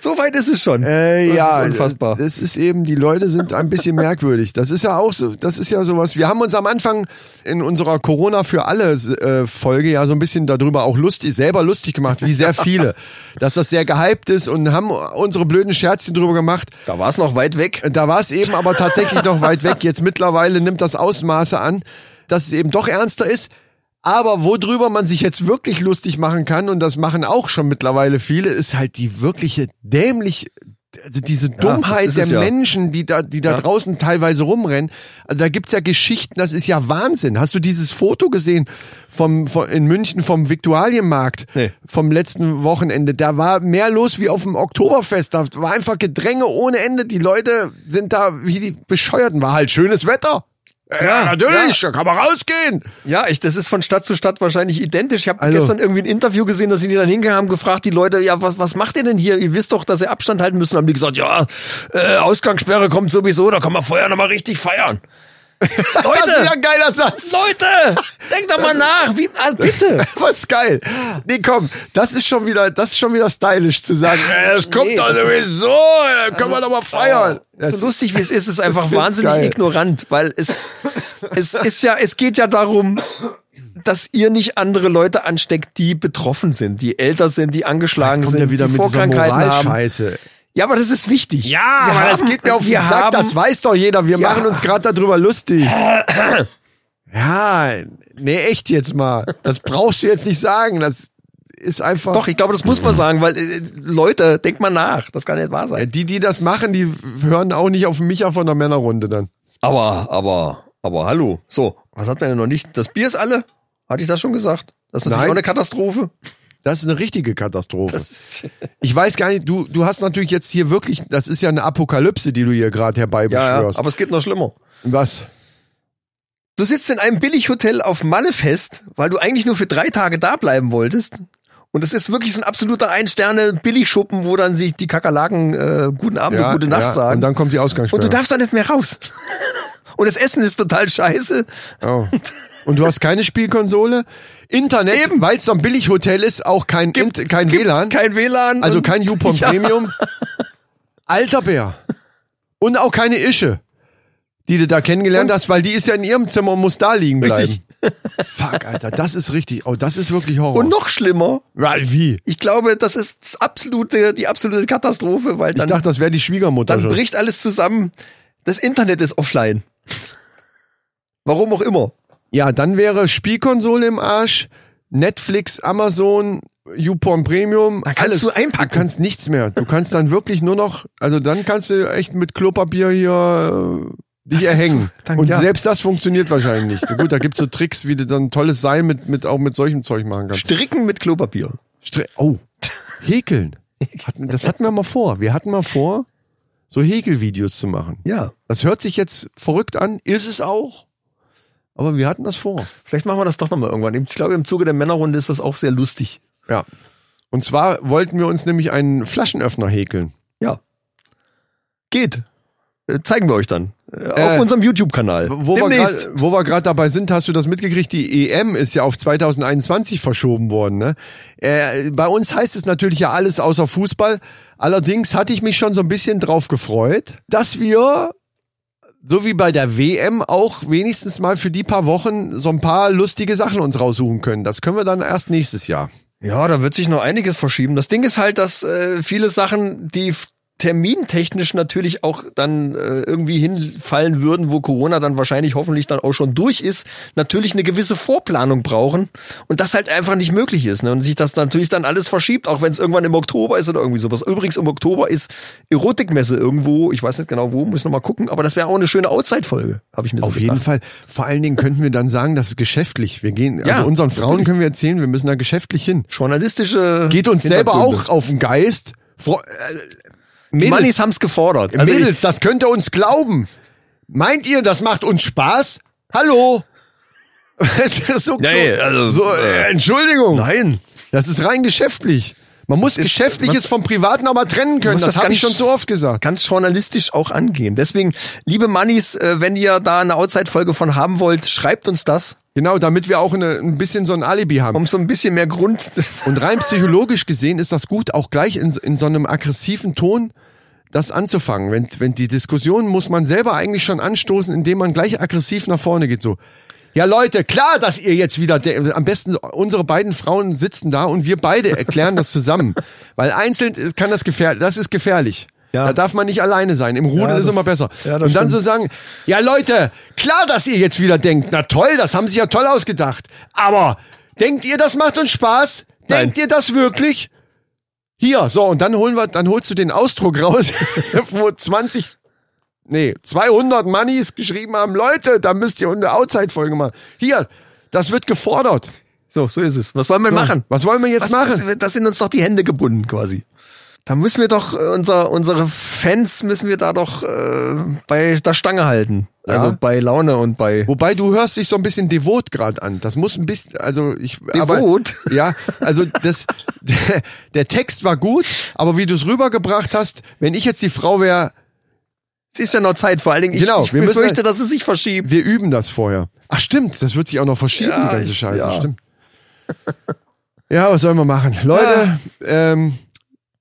So weit ist es schon.
Äh,
das
ja,
ist unfassbar.
Das ist eben, die Leute sind ein bisschen merkwürdig. Das ist ja auch so, das ist ja sowas. Wir haben uns am Anfang in unserer Corona für alle äh, Folge ja so ein bisschen darüber auch lustig, selber lustig gemacht, wie sehr
*laughs*
viele, dass das sehr gehypt ist und haben unsere blöden Scherzchen drüber gemacht.
Da war es noch weit weg.
Da war es eben aber tatsächlich noch weit weg. Jetzt mittlerweile nimmt das Ausmaße an, dass es eben doch ernster ist. Aber worüber man sich jetzt wirklich lustig machen kann, und das machen auch schon mittlerweile viele, ist halt die wirkliche dämlich, also diese Dummheit
ist
der
es ja.
Menschen, die da, die da draußen teilweise rumrennen. Also da gibt's ja Geschichten, das ist ja Wahnsinn. Hast du dieses Foto gesehen vom, von, in München vom Viktualienmarkt
Nee.
vom letzten Wochenende? Da war mehr los wie auf dem Oktoberfest. Da war einfach Gedränge ohne Ende. Die Leute sind da wie die Bescheuerten. War halt schönes Wetter. Ja, natürlich, da kann man rausgehen.
Ja, ich, das ist von Stadt zu Stadt wahrscheinlich identisch. Ich habe
Also-
gestern irgendwie ein Interview gesehen, dass sie die dann hingegangen haben, gefragt die Leute, ja, was, was macht ihr denn hier? Ihr wisst doch, dass ihr Abstand halten müssen. Haben die gesagt, ja, äh, Ausgangssperre kommt sowieso, da kann man vorher nochmal richtig
*laughs*
feiern.
Das ist ja Also
Leute,
ein
*laughs*
geiler Satz.
Leute, denkt doch mal nach. Wie, ah, bitte.
Was geil. Nee, komm, das ist schon wieder, das ist schon wieder stylisch zu sagen. äh, Es kommt
Nee,
doch
das ist-
sowieso, dann können wir doch mal feiern. Das
so lustig wie *laughs* es ist, ist einfach
find's
wahnsinnig
geil.
ignorant, weil es, es ist ja, es geht ja darum, dass ihr nicht andere Leute ansteckt, die betroffen sind, die älter sind, die angeschlagen
kommt
sind,
ja wieder
die
mit dieser
Vorkrankheiten haben.
Moralscheiße.
Ja, aber das ist wichtig.
Ja, aber das geht mir auf den
wir
Sack,
haben,
das weiß doch jeder. Wir
Ja.
machen uns gerade darüber lustig. ja, nee, echt jetzt mal. Das brauchst du jetzt nicht sagen. Das ist einfach.
Doch, ich glaube, das muss man sagen, weil äh, Leute, denkt mal nach, das kann nicht wahr sein.
Die, die das machen, die hören auch nicht auf Micha von der Männerrunde dann.
Aber, aber, aber hallo. So, was hat man denn noch nicht? Das Bier ist alle? Hatte ich das schon gesagt? Das ist natürlich
Nein.
auch eine Katastrophe.
Das ist eine richtige Katastrophe. Ich weiß gar nicht, du, du hast natürlich jetzt hier wirklich, das ist ja eine Apokalypse, die du hier gerade
Ja, ja,
herbeibeschwörst.
aber es geht noch schlimmer.
Was?
Du sitzt in einem Billighotel auf Malle fest, weil du eigentlich nur für drei Tage da bleiben wolltest. Und es ist wirklich so ein absoluter Ein-Sterne-Billigschuppen, wo dann sich die Kakerlaken äh, guten Abend
Ja,
und gute Nacht
ja,
sagen.
Und dann kommt die Ausgangssperre.
Und du darfst da nicht mehr raus. *laughs* Und das Essen ist total scheiße.
Oh. Und du hast keine Spielkonsole? Internet, weil es so ein Billighotel ist, auch kein, Int- kein WLAN.
Kein WLAN.
also
und-
kein
*laughs*
Youporn
Ja.
Premium. Alter Bär. Und auch keine Ische, die du da kennengelernt hast, weil die ist ja in ihrem Zimmer und muss da liegen bleiben.
Richtig. *laughs*
Fuck, Alter, das ist richtig. Oh, das ist wirklich Horror.
Und noch schlimmer,
Weil, wie?
ich glaube, das ist das absolute, die absolute Katastrophe, weil
Ich
dann,
dachte, das wäre die Schwiegermutter
dann
schon.
bricht alles zusammen. Das Internet ist offline. *laughs* Warum auch immer.
Ja, dann wäre Spielkonsole im Arsch, Netflix, Amazon, YouPorn Premium. Da
kannst
alles.
du einpacken.
Du Ah, kannst nichts mehr. Du kannst dann wirklich nur noch, also dann kannst du echt mit Klopapier hier äh, dich erhängen.
du- dann-
Und
ja.
selbst das funktioniert wahrscheinlich nicht. Gut, da gibt's so Tricks, wie du dann ein tolles Seil mit, mit, auch mit solchem Zeug machen kannst.
Stricken mit Klopapier.
Stre oh, häkeln. Hatten, das hatten wir mal vor. Wir hatten mal vor, so Häkelvideos zu machen.
Ja.
Das hört sich jetzt verrückt an, ist es auch. Aber wir hatten das vor.
Vielleicht machen wir das doch nochmal irgendwann. Ich glaube, im Zuge der Männerrunde ist das auch sehr lustig.
Ja. Und zwar wollten wir uns nämlich einen Flaschenöffner häkeln.
Ja. Geht. Äh, Zeigen wir euch dann. Äh,
Äh,
Auf unserem YouTube-Kanal.
Wo wir
Demnächst.
grad- wo wir gerade dabei sind, hast du das mitgekriegt, die EM ist ja auf 2021 verschoben worden. Ne? Äh, bei uns heißt es natürlich ja alles außer Fußball. Allerdings hatte ich mich schon so ein bisschen drauf gefreut, dass wir, so wie bei der WM, auch wenigstens mal für die paar Wochen so ein paar lustige Sachen uns raussuchen können. Das können wir dann erst nächstes Jahr.
Ja, da wird sich noch einiges verschieben. Das Ding ist halt, dass äh, viele Sachen, die f- termintechnisch natürlich auch dann äh, irgendwie hinfallen würden, wo Corona dann wahrscheinlich hoffentlich dann auch schon durch ist, natürlich eine gewisse Vorplanung brauchen und das halt einfach nicht möglich ist. Ne? Und sich das natürlich dann alles verschiebt, auch wenn es irgendwann im Oktober ist oder irgendwie sowas. Übrigens im Oktober ist Erotikmesse irgendwo, ich weiß nicht genau wo, muss ich nochmal gucken, aber das wäre auch eine schöne Outside-Folge, habe ich mir so
Auf
gedacht.
jeden Fall. Vor allen Dingen könnten wir dann sagen, das ist geschäftlich. Wir gehen,
Ja,
also unseren Frauen können wir erzählen, wir müssen da geschäftlich hin.
Journalistische
Geht uns selber
Hintergründe.
auch auf den Geist. Fro äh,
Die
Mädels,
Mannis haben's gefordert. Also
Mädels, das könnt ihr uns glauben. Meint ihr, das macht uns Spaß? Hallo? *laughs* Es ist so,
Nee,
so,
also,
so äh, Entschuldigung.
Nein.
Das ist rein geschäftlich. Man muss
ist-
Geschäftliches vom Privaten aber trennen können.
muss
Das,
das
habe ich schon
ganz-
so oft gesagt.
ganz journalistisch auch angehen. Deswegen, liebe Mannis, äh, wenn ihr da eine Outside-Folge von haben wollt, schreibt uns das,
Genau, damit wir auch eine, ein bisschen so ein Alibi haben.
um so ein bisschen mehr Grund. *laughs*
Und rein psychologisch gesehen ist das gut, auch gleich in, in so einem aggressiven Ton das anzufangen. Wenn, wenn die Diskussion muss man selber eigentlich schon anstoßen, indem man gleich aggressiv nach vorne geht. So, ja Leute, klar, dass ihr jetzt wieder, der, am besten unsere beiden Frauen sitzen da und wir beide erklären
*laughs*
das zusammen, weil einzeln kann das gefährlich, das ist gefährlich.
Ja.
Da darf man nicht alleine sein. Im Rudel
Ja,
ist
das-
immer besser.
ja, das
und dann
stimmt.
so sagen, ja Leute, klar, dass ihr jetzt wieder denkt, na toll, das haben sie ja toll ausgedacht. Aber denkt ihr, das macht uns Spaß?
Nein.
Denkt ihr das wirklich? Hier, so, und dann holen wir, dann holst du den Ausdruck raus, *laughs* wo 20, nee, 200 Mannies geschrieben haben, Leute, da müsst ihr eine Outside-Folge machen. Hier, das wird gefordert.
So, so ist es. Was wollen wir machen?
Was wollen wir
Was
jetzt machen?
Das sind uns doch die Hände gebunden quasi. Da müssen wir doch äh, unser, unsere Fans müssen wir da doch äh, bei der Stange halten. Also
Ja.
bei Laune und bei
Wobei du hörst dich so ein bisschen devot gerade an. Das muss ein bisschen, also ich.
Devot?
Aber, ja, also das, der, der Text war gut, aber wie du es rübergebracht hast, wenn ich jetzt die Frau wäre,
Es ist ja noch Zeit, vor allen Dingen ich,
Genau,
ich
wir müssen-
befürchte, dass es sich verschiebt.
wir üben das vorher. Ach stimmt, das wird sich auch noch verschieben,
Ja,
die ganze
ich-
Scheiße,
ja.
stimmt. Ja, was sollen wir machen? Leute, ähm,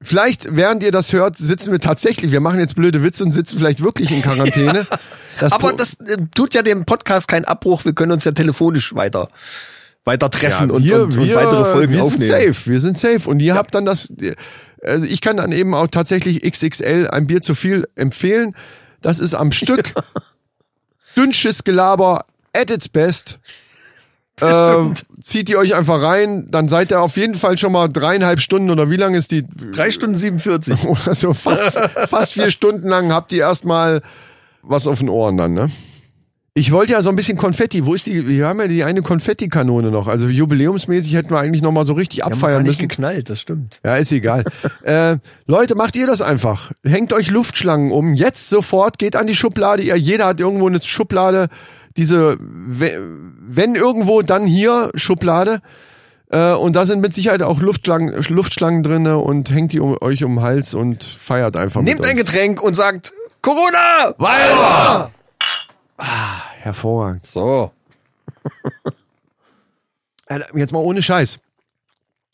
vielleicht, während ihr das hört, sitzen wir tatsächlich, wir machen jetzt blöde Witze und sitzen vielleicht wirklich in Quarantäne. Das
Aber
Pro-
das äh, tut ja dem Podcast keinen Abbruch. Wir können uns ja telefonisch weiter weiter treffen und,
wir-
und, und
wir-
weitere Folgen
wir
aufnehmen. *laughs*
Sind safe, wir sind safe. Und ihr habt dann das. Also ich kann dann eben auch tatsächlich XXL ein Bier zu viel empfehlen. Das ist
*laughs*
am Stück. Dünnsches Gelaber at
*laughs*
its best. Äh,
Ähm,
zieht ihr euch einfach rein, dann seid ihr auf jeden Fall schon mal dreieinhalb Stunden oder wie lange ist die?
Drei Stunden 47.
*laughs* Oder so fast, fast vier Stunden lang habt ihr erstmal was auf den Ohren dann, ne? Ich wollte ja so ein bisschen Konfetti. Wo ist die? Wir haben ja die eine Konfettikanone noch. Also jubiläumsmäßig hätten wir eigentlich noch mal so richtig
Wir haben gar
abfeiern
nicht
müssen.
geknallt, das stimmt.
Ja,
*laughs*
ist egal. äh, Leute, macht ihr das einfach. Hängt euch Luftschlangen um. Jetzt sofort geht an die Schublade. Ihr, jeder hat irgendwo eine Schublade. Diese, we- wenn irgendwo, dann hier Schublade. Äh, und da sind mit Sicherheit auch Luftschlangen, Luftschlangen drinne und hängt die um, euch um den Hals und feiert einfach
Nehmt
mit
ein
uns.
Getränk und sagt Corona!
Hervorragend.
So.
Äh, Jetzt mal ohne Scheiß.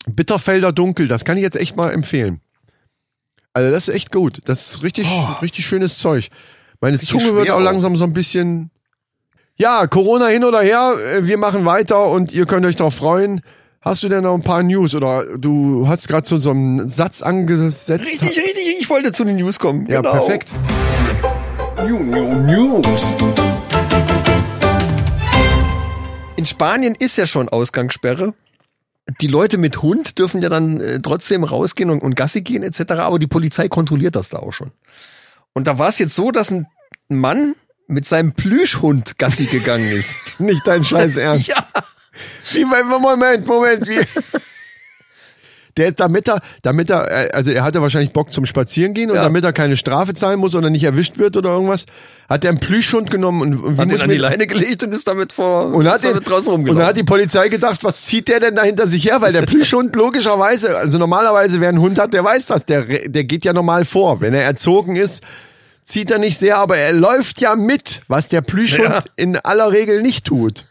Bitterfelder Dunkel, das kann ich jetzt echt mal empfehlen. Also das ist echt gut. Das ist richtig, richtig schönes Zeug. Meine Zunge wird
Oh. schwer
auch
auch.
langsam so ein bisschen. Ja, Corona hin oder her, äh, wir machen weiter und ihr könnt euch darauf freuen. Hast du denn noch ein paar News oder du hast gerade zu so einem Satz angesetzt?
Richtig, richtig, ich wollte zu den News kommen.
Ja,
genau.
perfekt.
In Spanien ist ja schon Ausgangssperre. Die Leute mit Hund dürfen ja dann äh, trotzdem rausgehen und, und Gassi gehen etc., aber die Polizei kontrolliert das da auch schon. Und da war es jetzt so, dass ein Mann mit seinem Plüschhund Gassi gegangen ist.
Nicht dein Scheiß
*laughs*
Ernst.
ja,
Wie, Moment, Moment, wie? *laughs* Der, damit er, damit er, äh, also er hatte wahrscheinlich Bock zum Spazierengehen und
Ja.
damit er keine Strafe zahlen muss oder nicht erwischt wird oder irgendwas, hat er einen Plüschhund genommen und, und, wie
hat
muss
den an
man-
die Leine gelegt und ist damit vor
und
ist
hat den,
damit draußen
und
rumgelaufen.
dann hat die Polizei gedacht, was zieht der denn da hinter sich her? Weil der Plüschhund *laughs* logischerweise, also normalerweise, wer einen Hund hat, der weiß das, der, re- der geht ja normal vor. Wenn er erzogen ist, zieht er nicht sehr, aber er läuft ja mit, was der Plüschhund
Ja.
in aller Regel nicht tut.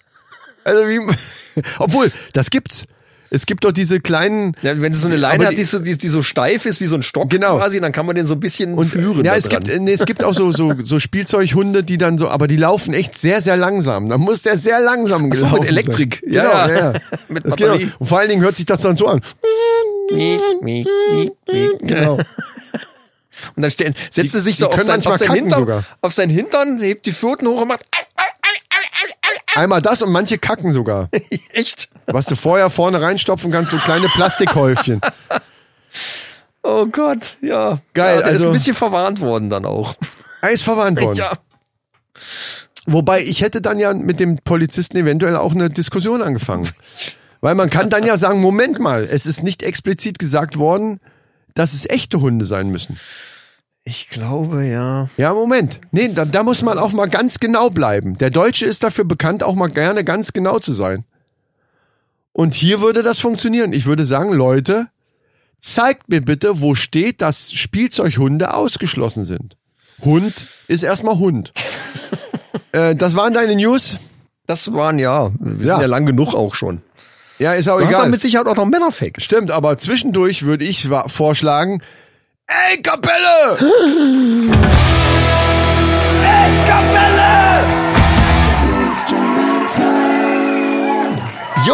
Also wie, *laughs* obwohl, das gibt's. Es gibt doch diese kleinen,
ja, wenn du so eine Leine
Aber
hat, die, so, die, die so steif ist wie so ein Stock
Genau.
quasi, dann kann man den so ein bisschen führen.
Ja,
da
es
dran.
gibt, äh, nee, es gibt auch so, so, so Spielzeughunde, die dann so, aber die laufen echt sehr, sehr langsam. Da muss der sehr langsam
so,
gelaufen
mit
sein.
Elektrik.
Genau,
Ja,
ja,
ja.
ja.
*laughs* Mit
Das geht auch.
Batterie.
Und vor allen Dingen hört sich das dann so an. Genau.
*laughs* Und dann stehen, setzt
Die-
er sich
die
so auf
können
sein,
manchmal
auf sein
kacken
Hintern,
sogar.
auf sein Hintern, hebt die Pfoten hoch und macht "Au, au, au, au, au, au,
Einmal das und manche kacken sogar.
au." echt.
Was du vorher vorne reinstopfen kannst, so kleine
*laughs*
Plastikhäufchen.
Oh Gott, ja.
Geil,
ja, der ist
also-
ein bisschen verwarnt worden dann auch. *laughs*
Eis verwarnt worden.
Ja.
Wobei ich hätte dann ja mit dem Polizisten eventuell auch eine Diskussion angefangen. Weil man kann dann ja sagen, Moment mal, es ist nicht explizit gesagt worden, dass es echte Hunde sein müssen.
Ich glaube, ja.
Ja, Moment. Nee, da, da muss man auch mal ganz genau bleiben. Der Deutsche ist dafür bekannt, auch mal gerne ganz genau zu sein. Und hier würde das funktionieren. Ich würde sagen, Leute,
zeigt mir bitte, wo steht, dass Spielzeughunde ausgeschlossen sind. Hund ist erstmal
*laughs*
Hund. äh, das waren deine News.
Das waren ja, wir
Ja.
sind ja lang genug auch schon.
Ja, ist auch
Du hast
egal.
dann mit Sicherheit auch noch Männerfacts.
Stimmt, aber zwischendurch würde ich wa- vorschlagen, ey Kapelle!
Yo,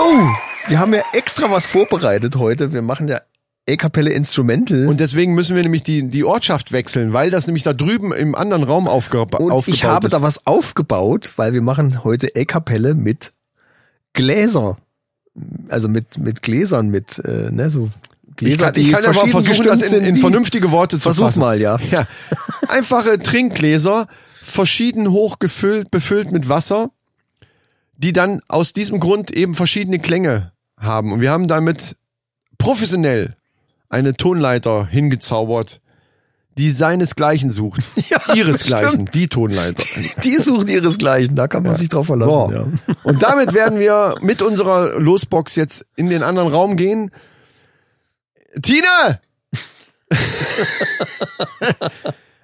wir haben ja extra was vorbereitet heute. Wir machen ja E-Kapelle Instrumental.
Und deswegen müssen wir nämlich die, die Ortschaft wechseln, weil das nämlich da drüben im anderen Raum aufge aufgebaut
Und ich habe
ist.
da was aufgebaut, weil wir machen heute E-Kapelle mit Gläser. Also mit, mit Gläsern, mit, äh, ne, so
ich
Gläser,
kann, ich kann ja mal
verschieden
versuchen,
gestimmt
das in,
sind,
in
die-
vernünftige Worte zu
Versuch
fassen.
mal, ja.
Ja. *laughs* Einfache Trinkgläser, verschieden hoch gefüllt, befüllt mit Wasser, die dann aus diesem Grund eben verschiedene Klänge haben. Und wir haben damit professionell eine Tonleiter hingezaubert, die seinesgleichen
*laughs*
sucht. ihresgleichen, die Tonleiter.
*laughs* Die sucht ihresgleichen, da kann man sich drauf verlassen.
So.
Ja.
*laughs* Und damit werden wir mit unserer Losbox jetzt in den anderen Raum gehen. Tine! *laughs*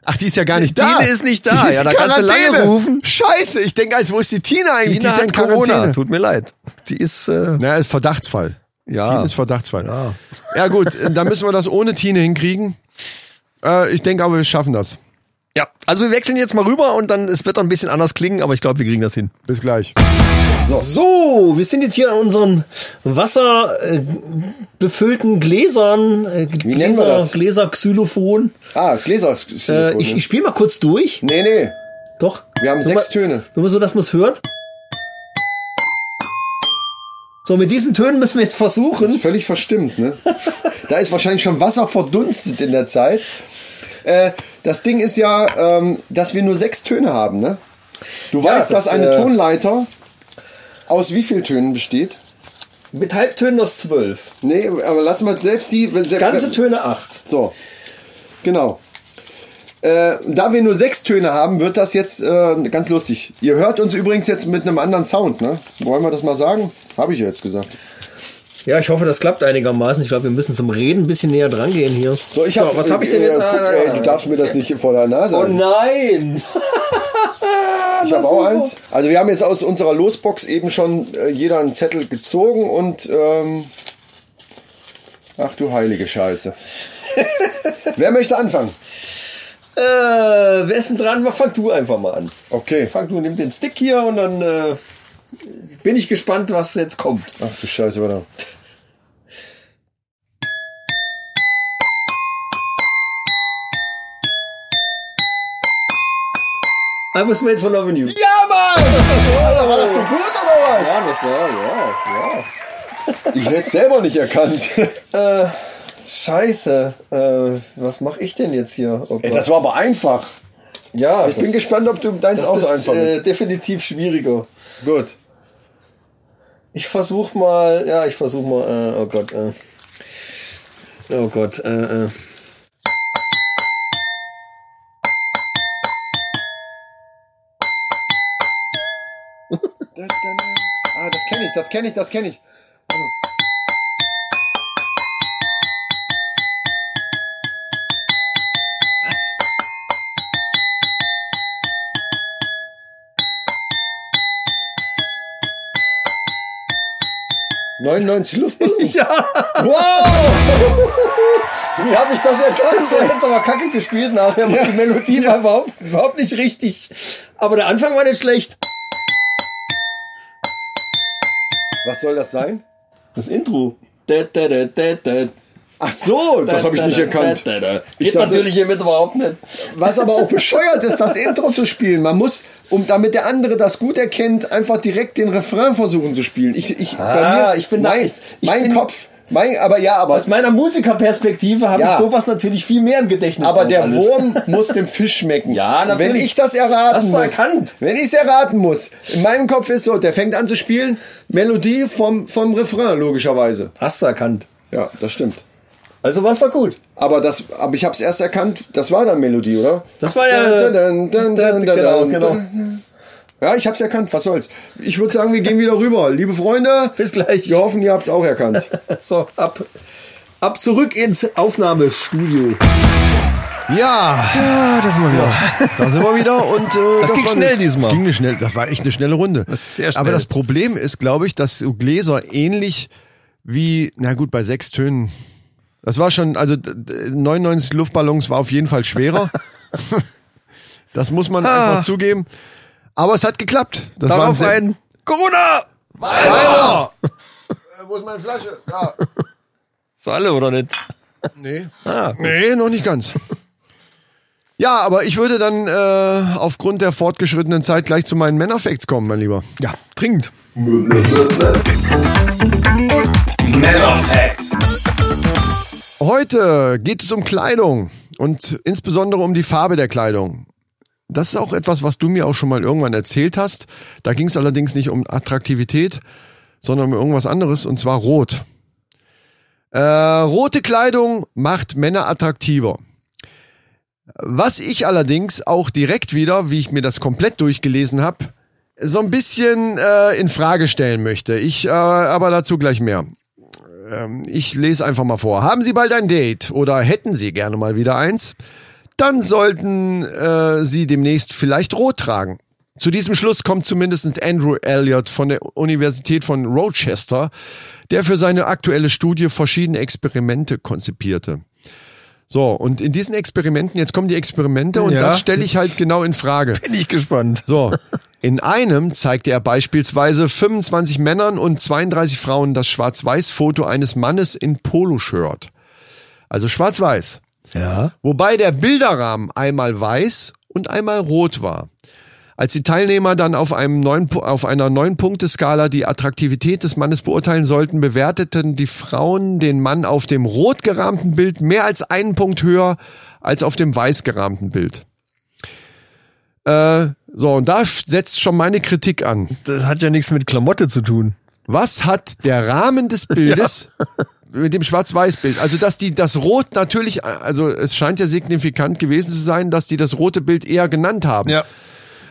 Ach, die ist ja gar nicht da.
Tine ist nicht da.
Die ist
Ja,
in
da kannst du
Quarantäne.
lange rufen.
Scheiße, ich denke, als wo ist die Tina eigentlich?
Tina
die ist ja in
hat Corona,
Quarantäne.
tut mir leid. Die ist, äh,
Na, ist Verdachtsfall.
ja.
Tine ist Verdachtsfall.
ja.
Ja gut, äh, dann müssen wir das ohne Tine hinkriegen. Äh, ich denke aber, wir schaffen das.
Ja, also wir wechseln jetzt mal rüber und dann, es wird dann ein bisschen anders klingen, aber ich glaube, wir kriegen das hin.
Bis gleich.
So, wir sind jetzt hier an unseren wasserbefüllten Gläsern, äh,
nennt man
Gläser,
das?
Gläserxylophon.
Ah, Gläser.
Äh,
ne?
ich ich spiele mal kurz durch.
nee, nee,
Doch.
wir haben
Nur mal-
Töne.
Nur mal so, dass man es hört. So, mit diesen Tönen müssen wir jetzt
Das
versuchen.
ist völlig
*laughs*
verstimmt, ne? da ist wahrscheinlich schon Wasser verdunstet in der Zeit. Äh, das Ding ist ja, ähm, dass wir nur sechs Töne haben, ne? Du weißt,
das,
dass eine
äh,
Tonleiter aus wie vielen Tönen besteht?
Mit Halbtönen aus zwölf.
Nee, aber lass mal selbst die. Wenn,
Ganze
wenn-
Töne acht.
So, genau. Äh, da wir nur sechs Töne haben, wird das jetzt äh, ganz lustig. Ihr hört uns übrigens jetzt mit einem anderen Sound, ne? Wollen wir das mal sagen? Habe ich ja jetzt gesagt.
Ja, ich hoffe, das klappt einigermaßen. Ich glaube, wir müssen zum Reden ein bisschen näher dran gehen hier.
So, ich hab,
was habe ich denn
äh,
jetzt?
guck,
Ah,
ey, du darfst mir das nicht vor der Nase.
oh
halten.
nein!
Ich habe auch eins. Also wir haben jetzt aus unserer Losbox eben schon äh, jeder einen Zettel gezogen und ähm, ach du heilige Scheiße. *laughs* Wer möchte anfangen?
Äh, wer ist denn dran? Mach, fang du einfach mal an.
Okay.
Fang du, nimm den Stick hier und dann äh, bin ich gespannt, was jetzt kommt.
Ach du Scheiße, warte.
I was made for loving you.
Ja, Mann! Alter, war das so gut oder
Ja, das war, ja.
was? Ich hätte es selber nicht
*laughs*
erkannt.
Äh, Scheiße. Äh, was mache ich denn jetzt hier? Oh
Ey,
Gott.
das war aber einfach.
ja,
Ich bin gespannt, ob du deins
das
auch so
ist
einfach
äh,
ist.
definitiv schwieriger.
Gut.
Ich versuch mal, ja, ich versuch mal, äh, oh Gott, äh. Oh Gott, äh, äh.
Ah, das kenne ich, das kenne ich, das kenne ich. Was? 99
*laughs*
Luftballons? Ja! Wow! Wie habe ich das
Das war
erkannt?
jetzt aber kacke gespielt nachher, weil die Melodie war überhaupt, überhaupt nicht richtig. Aber der Anfang war nicht schlecht.
Was soll das sein?
Das Intro. Da, da, da, da, da.
Ach so, das habe ich nicht erkannt.
Da, da, da.
Ich
Geht
dachte-
natürlich hiermit überhaupt nicht.
Was aber auch bescheuert ist, das Intro zu spielen. Man muss, um damit der andere das gut erkennt, einfach direkt den Refrain versuchen zu spielen. Ich, ich,
Ah, ich bin da-
mein,
ich- ich
mein
bin-
Kopf, mein, aber ja, aber,
Aus meiner Musikerperspektive habe
Ja.
ich sowas natürlich viel mehr im Gedächtnis.
aber
noch
der
ne? alles.
Wurm muss dem Fisch schmecken.
Ja, natürlich.
Wenn ich das erraten
Hast du
muss,
erkannt?
wenn ich es erraten muss, in meinem Kopf ist so, der fängt an zu spielen, Melodie vom, vom Refrain, logischerweise.
Hast du erkannt.
Ja, das stimmt.
Also war's doch gut.
Aber das, aber ich habe es erst erkannt, das war dann Melodie, oder?
Das war ja-
Dun, dun, dun, dun, dun,
Genau,
dun,
genau.
Ja, ich hab's erkannt, was soll's. Ich würde sagen, wir gehen wieder rüber. Liebe Freunde,
Bis gleich. *laughs*
wir hoffen, ihr habt's auch erkannt.
So, ab.
Ab zurück ins Aufnahmestudio.
Ja,
Ah, das mal wieder.
da sind wir wieder und äh,
Das ging
war
schnell
eine,
diesmal.
Das ging eine schnell, das war echt eine schnelle Runde.
Das ist sehr schnell.
Aber das Problem ist, glaube ich, dass so Gläser ähnlich wie na gut bei sechs Tönen. Das war schon, also d- d- 99 Luftballons war auf jeden
*laughs*
Fall schwerer. das muss man einfach zugeben. Aber es hat geklappt. Das waren
Ah. Darauf
sehr-
ein Corona!
Weiber! Äh, Wo ist meine Flasche? Da.
Ist alle oder nicht?
Nee. nee, noch nicht ganz. Ja, aber ich würde dann äh, aufgrund der fortgeschrittenen Zeit gleich zu meinen Männerfacts kommen, mein Lieber.
Ja, dringend.
Heute geht es um Kleidung und insbesondere um die Farbe der Kleidung. Das ist auch etwas, was du mir auch schon mal irgendwann erzählt hast. Da ging es allerdings nicht um Attraktivität, sondern um irgendwas anderes, und zwar Rot. Äh, rote Kleidung macht Männer attraktiver. Was ich allerdings auch direkt wieder, wie ich mir das komplett durchgelesen habe, so ein bisschen äh, in Frage stellen möchte. Ich äh, aber dazu gleich mehr. Ähm, Ich lese einfach mal vor. Haben Sie bald ein Date oder hätten Sie gerne mal wieder eins? Dann sollten äh, Sie demnächst vielleicht rot tragen. Zu diesem Schluss kommt zumindest Andrew Elliott von der Universität von Rochester, der für seine aktuelle Studie verschiedene Experimente konzipierte. So, und in diesen Experimenten, jetzt kommen die Experimente und
Ja.
das stelle ich halt genau in Frage.
Bin ich gespannt.
So, in einem zeigte er beispielsweise 25 Männern und 32 Frauen das Schwarz-Weiß-Foto eines Mannes in Poloshirt. Also schwarz-weiß.
Ja.
Wobei der Bilderrahmen einmal weiß und einmal rot war. Als die Teilnehmer dann auf, einem neun, auf einer Neun-Punkte-Skala die Attraktivität des Mannes beurteilen sollten, bewerteten die Frauen den Mann auf dem rot gerahmten Bild mehr als einen Punkt höher als auf dem weiß gerahmten Bild. Äh, so, und da f- setzt schon meine Kritik an.
Das hat ja nichts mit Klamotte zu tun.
Was hat der Rahmen
*laughs*
des Bildes mit dem Schwarz-Weiß-Bild? Also, dass die das Rot natürlich, also es scheint ja signifikant gewesen zu sein, dass die das rote Bild eher genannt haben.
Ja.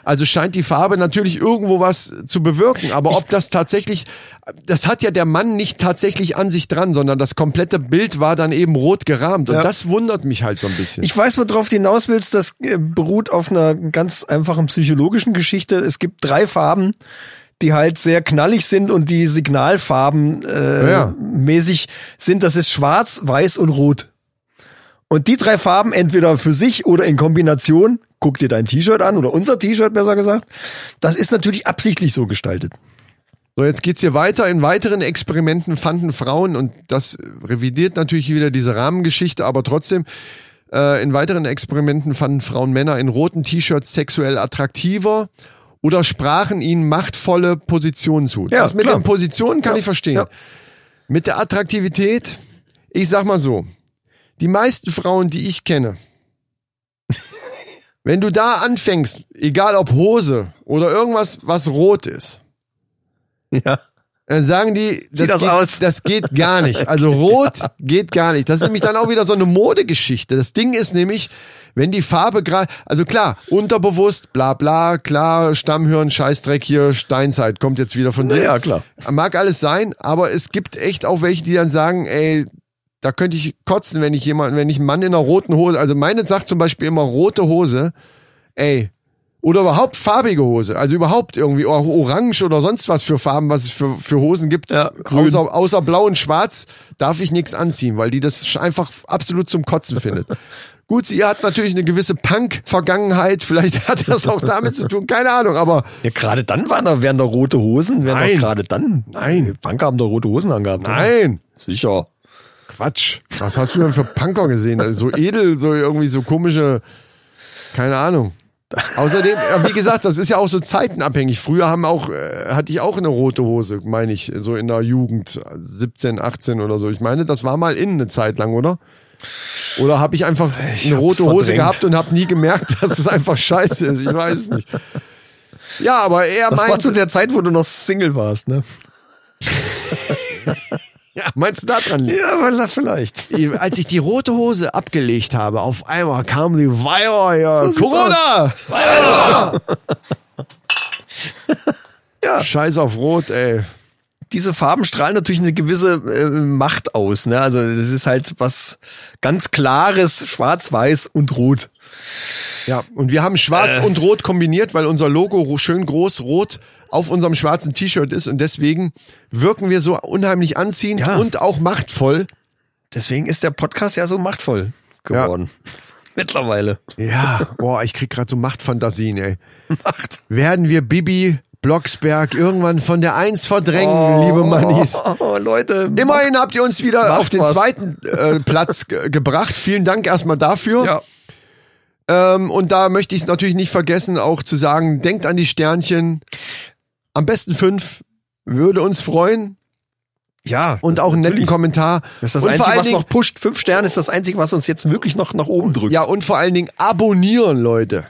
Also scheint die Farbe natürlich irgendwo was zu bewirken. Aber ob das tatsächlich, das hat ja der Mann nicht tatsächlich an sich dran, sondern das komplette Bild war dann eben rot gerahmt. Und
Ja.
das wundert mich halt so ein bisschen.
Ich weiß, worauf du hinaus willst. Das äh, beruht auf einer ganz einfachen psychologischen Geschichte. Es gibt drei Farben, die halt sehr knallig sind und die Signalfarben äh,
Ja.
mäßig sind. Das ist schwarz, weiß und rot. Und die drei Farben entweder für sich oder in Kombination, guck dir dein T-Shirt an oder unser T-Shirt besser gesagt, das ist natürlich absichtlich so gestaltet. *laughs*
So, jetzt geht's hier weiter. In weiteren Experimenten fanden Frauen, und das revidiert natürlich wieder diese Rahmengeschichte, aber trotzdem, äh, in weiteren Experimenten fanden Frauen Männer in roten T-Shirts sexuell attraktiver oder sprachen ihnen machtvolle Positionen zu.
Ja,
das mit
klar.
den Positionen kann ich verstehen.
ja.
Mit der Attraktivität, ich sag mal so, die meisten Frauen, die ich kenne, *laughs* wenn du da anfängst, egal ob Hose oder irgendwas, was rot ist,
Ja.
dann sagen die, das,
das
geht,
aus.
das geht
*laughs*
gar nicht. Also rot geht gar nicht. Das ist nämlich dann auch wieder so eine Modegeschichte. Das Ding ist nämlich, wenn die Farbe gerade, also klar, unterbewusst, bla bla, klar, Stammhirn, Scheißdreck hier, Steinzeit, kommt jetzt wieder von dir.
ja, klar.
Mag alles sein, aber es gibt echt auch welche, die dann sagen, ey, da könnte ich kotzen, wenn ich jemanden, wenn ich einen Mann in einer roten Hose, also meine sagt zum Beispiel immer rote Hose, ey, oder überhaupt farbige Hose, also überhaupt irgendwie auch orange oder sonst was für Farben, was es für, für Hosen gibt.
Ja, grün.
Außer, außer blau und schwarz darf ich nichts anziehen, weil die das sch- einfach absolut zum Kotzen findet. *laughs* Gut, sie hat natürlich eine gewisse Punk-Vergangenheit, vielleicht hat das auch damit zu tun, keine Ahnung, aber
Ja, gerade dann waren da, wären da rote Hosen, wären
Nein.
doch gerade dann.
Nein.
Die Banker haben da rote Hosen angehabt. oder?
nein.
Sicher.
Quatsch. Was hast du denn für Punker gesehen? Also so edel, so irgendwie so komische, keine Ahnung. Außerdem, ja, wie gesagt, das ist ja auch so zeitenabhängig. Früher haben auch, äh, hatte ich auch eine rote Hose, meine ich, so in der Jugend, 17, 18 oder so. Ich meine, das war mal innen eine Zeit lang, oder? Oder habe ich einfach eine
hab's
rote Hose
verdrängt.
gehabt und habe nie gemerkt, dass es einfach scheiße ist? Ich weiß nicht. Ja, aber er
Das war
meint,
zu der Zeit, wo du noch Single warst, ne?
ja, meinst du da dran liegt?
Ja, weil- vielleicht.
als ich die rote Hose abgelegt habe, auf einmal kam die Weiher hier.
So sieht's
Corona!
Ja.
*laughs* Scheiß auf Rot, ey.
diese Farben strahlen natürlich eine gewisse äh, Macht aus. Ne? Also das ist halt was ganz Klares, Schwarz-Weiß und Rot.
Ja, und wir haben schwarz
Äh.
und rot kombiniert, weil unser Logo ro- schön groß rot auf unserem schwarzen T-Shirt ist und deswegen wirken wir so unheimlich anziehend
Ja.
und auch machtvoll.
Deswegen ist der Podcast ja so machtvoll geworden. Mittlerweile.
Ja, boah, ich krieg gerade so Machtfantasien, ey.
Macht.
Werden wir Bibi Blocksberg irgendwann von der Eins verdrängen, liebe Mannis?
Oh, Leute.
Immerhin habt ihr uns wieder
Macht
auf den
was.
zweiten äh, Platz ge gebracht. Vielen Dank erstmal dafür.
Ja.
Ähm, und da möchte ich es natürlich nicht vergessen, auch zu sagen, denkt an die Sternchen. Am besten fünf würde uns freuen.
Ja.
Und auch einen netten Kommentar.
Das ist das
und
Einzige,
vor allen
was
Dingen,
noch pusht. Fünf Sterne ist das Einzige, was uns jetzt wirklich noch nach oben drückt.
ja, und vor allen Dingen abonnieren, Leute.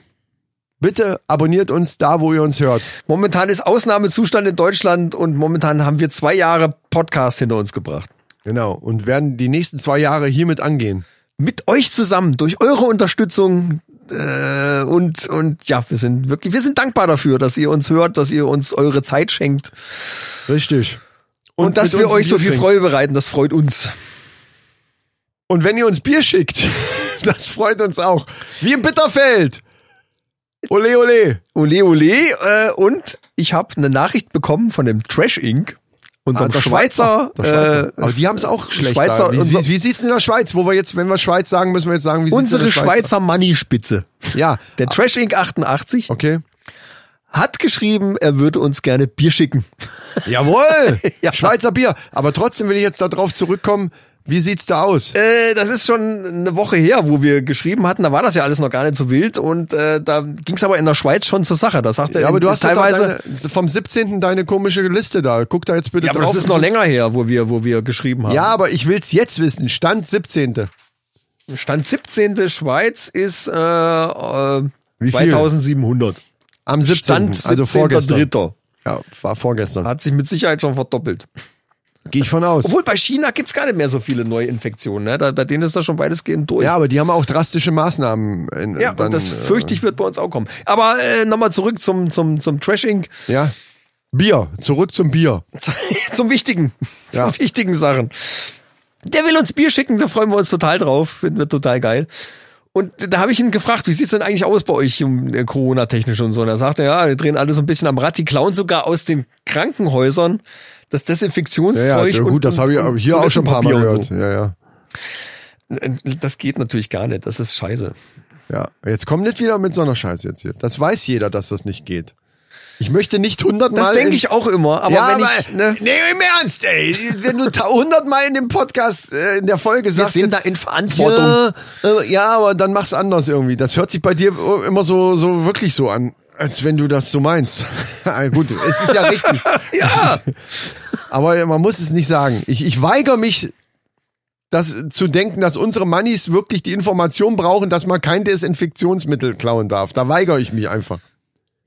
Bitte abonniert uns da, wo ihr uns hört.
Momentan ist Ausnahmezustand in Deutschland und momentan haben wir zwei Jahre Podcast hinter uns gebracht.
Genau. Und werden die nächsten zwei Jahre hiermit angehen.
Mit euch zusammen, durch eure Unterstützung äh, und und ja, wir sind wirklich, wir sind dankbar dafür, dass ihr uns hört, dass ihr uns eure Zeit schenkt
Richtig.
und, dass
mit
wir
uns ein
euch so
Bier
viel
trinken.
Freude bereiten. Das freut uns.
Und wenn ihr uns Bier schickt, *laughs* das freut uns auch. Wie im Bitterfeld. Ole, ole.
Ole ole äh, und ich habe eine Nachricht bekommen von dem Trash Inc. Unserem
der
Schweizer,
Der Schweizer.
äh,
Aber die haben es auch schlecht.
Schweizer-
da. Wie,
unser-
wie, wie sieht's denn in der Schweiz? Wo wir jetzt, wenn wir Schweiz sagen, müssen wir jetzt sagen, wie sieht's in
unsere
der Schweiz
Schweizer Ah. Money-Spitze.
aus? Ja.
Der Trash Inc. 88
Okay.
hat geschrieben, er würde uns gerne Bier schicken.
*laughs* *laughs* Jawohl!
Ja.
Schweizer Bier. Aber trotzdem will ich jetzt darauf zurückkommen, wie sieht's da aus?
Äh, das ist schon eine Woche her, wo wir geschrieben hatten. Da war das ja alles noch gar nicht so wild und äh, da ging es aber in der Schweiz schon zur Sache. Da sagte
ja,
er
aber du hast doch da
teilweise.
deine, vom 17. deine komische Liste da. Guck da jetzt bitte
ja, aber
drauf.
das ist noch länger her, wo wir, wo wir geschrieben haben.
ja, aber ich will's jetzt wissen. Stand 17.
Stand 17. Schweiz ist äh, äh,
Wie viel?
2700.
Am 17.
Stand
also
17.
vorgestern.
Dritter.
Ja, war vorgestern.
Hat sich mit Sicherheit schon verdoppelt.
Gehe ich von aus.
Obwohl bei China gibt's gar nicht mehr so viele Neuinfektionen. Ne? Da, bei denen ist das schon weitestgehend durch.
Ja, aber die haben auch drastische Maßnahmen. In,
Ja,
dann,
und das
äh,
fürchte ich wird bei uns auch kommen. Aber äh, nochmal zurück zum, zum, zum Trash Inc. *laughs*
ja. Bier. Zurück zum Bier.
zum Wichtigen.
Ja.
Zum wichtigen Sachen. Der will uns Bier schicken, da freuen wir uns total drauf. Finden wir total geil. Und da habe ich ihn gefragt, wie sieht's denn eigentlich aus bei euch um, äh, Corona-technisch und so? Und er sagte, ja, wir drehen alle so ein bisschen am Rad, die klauen sogar aus den Krankenhäusern das
Ja,
Desinfektionszeug.
ja gut,
und,
das habe ich
und
hier auch schon ein paar Mal
Toilettenpapier und
gehört. Ja, ja.
So. Das geht natürlich gar nicht, das ist scheiße.
Ja, jetzt komm nicht wieder mit so einer Scheiße jetzt hier. Das weiß jeder, dass das nicht geht. Ich möchte nicht hundertmal.
Das denke
in-
ich auch immer, aber
ja,
wenn
aber,
ich... Ne,
nee, im Ernst, ey.
*laughs*
Wenn du ta- hundertmal in dem Podcast, äh, in der Folge
wir
sagst,
sind da
jetzt,
in Verantwortung.
Ja, äh, ja, aber dann mach's anders irgendwie. Das hört sich bei dir äh, immer so, so wirklich so an, als wenn du das so meinst. *laughs* Ah, Gut, es ist ja richtig.
*laughs* Ja.
*laughs* Aber man muss es nicht sagen. Ich, ich weigere mich, das zu denken, dass unsere Mannis wirklich die Information brauchen, dass man kein Desinfektionsmittel klauen darf. Da weigere ich mich einfach.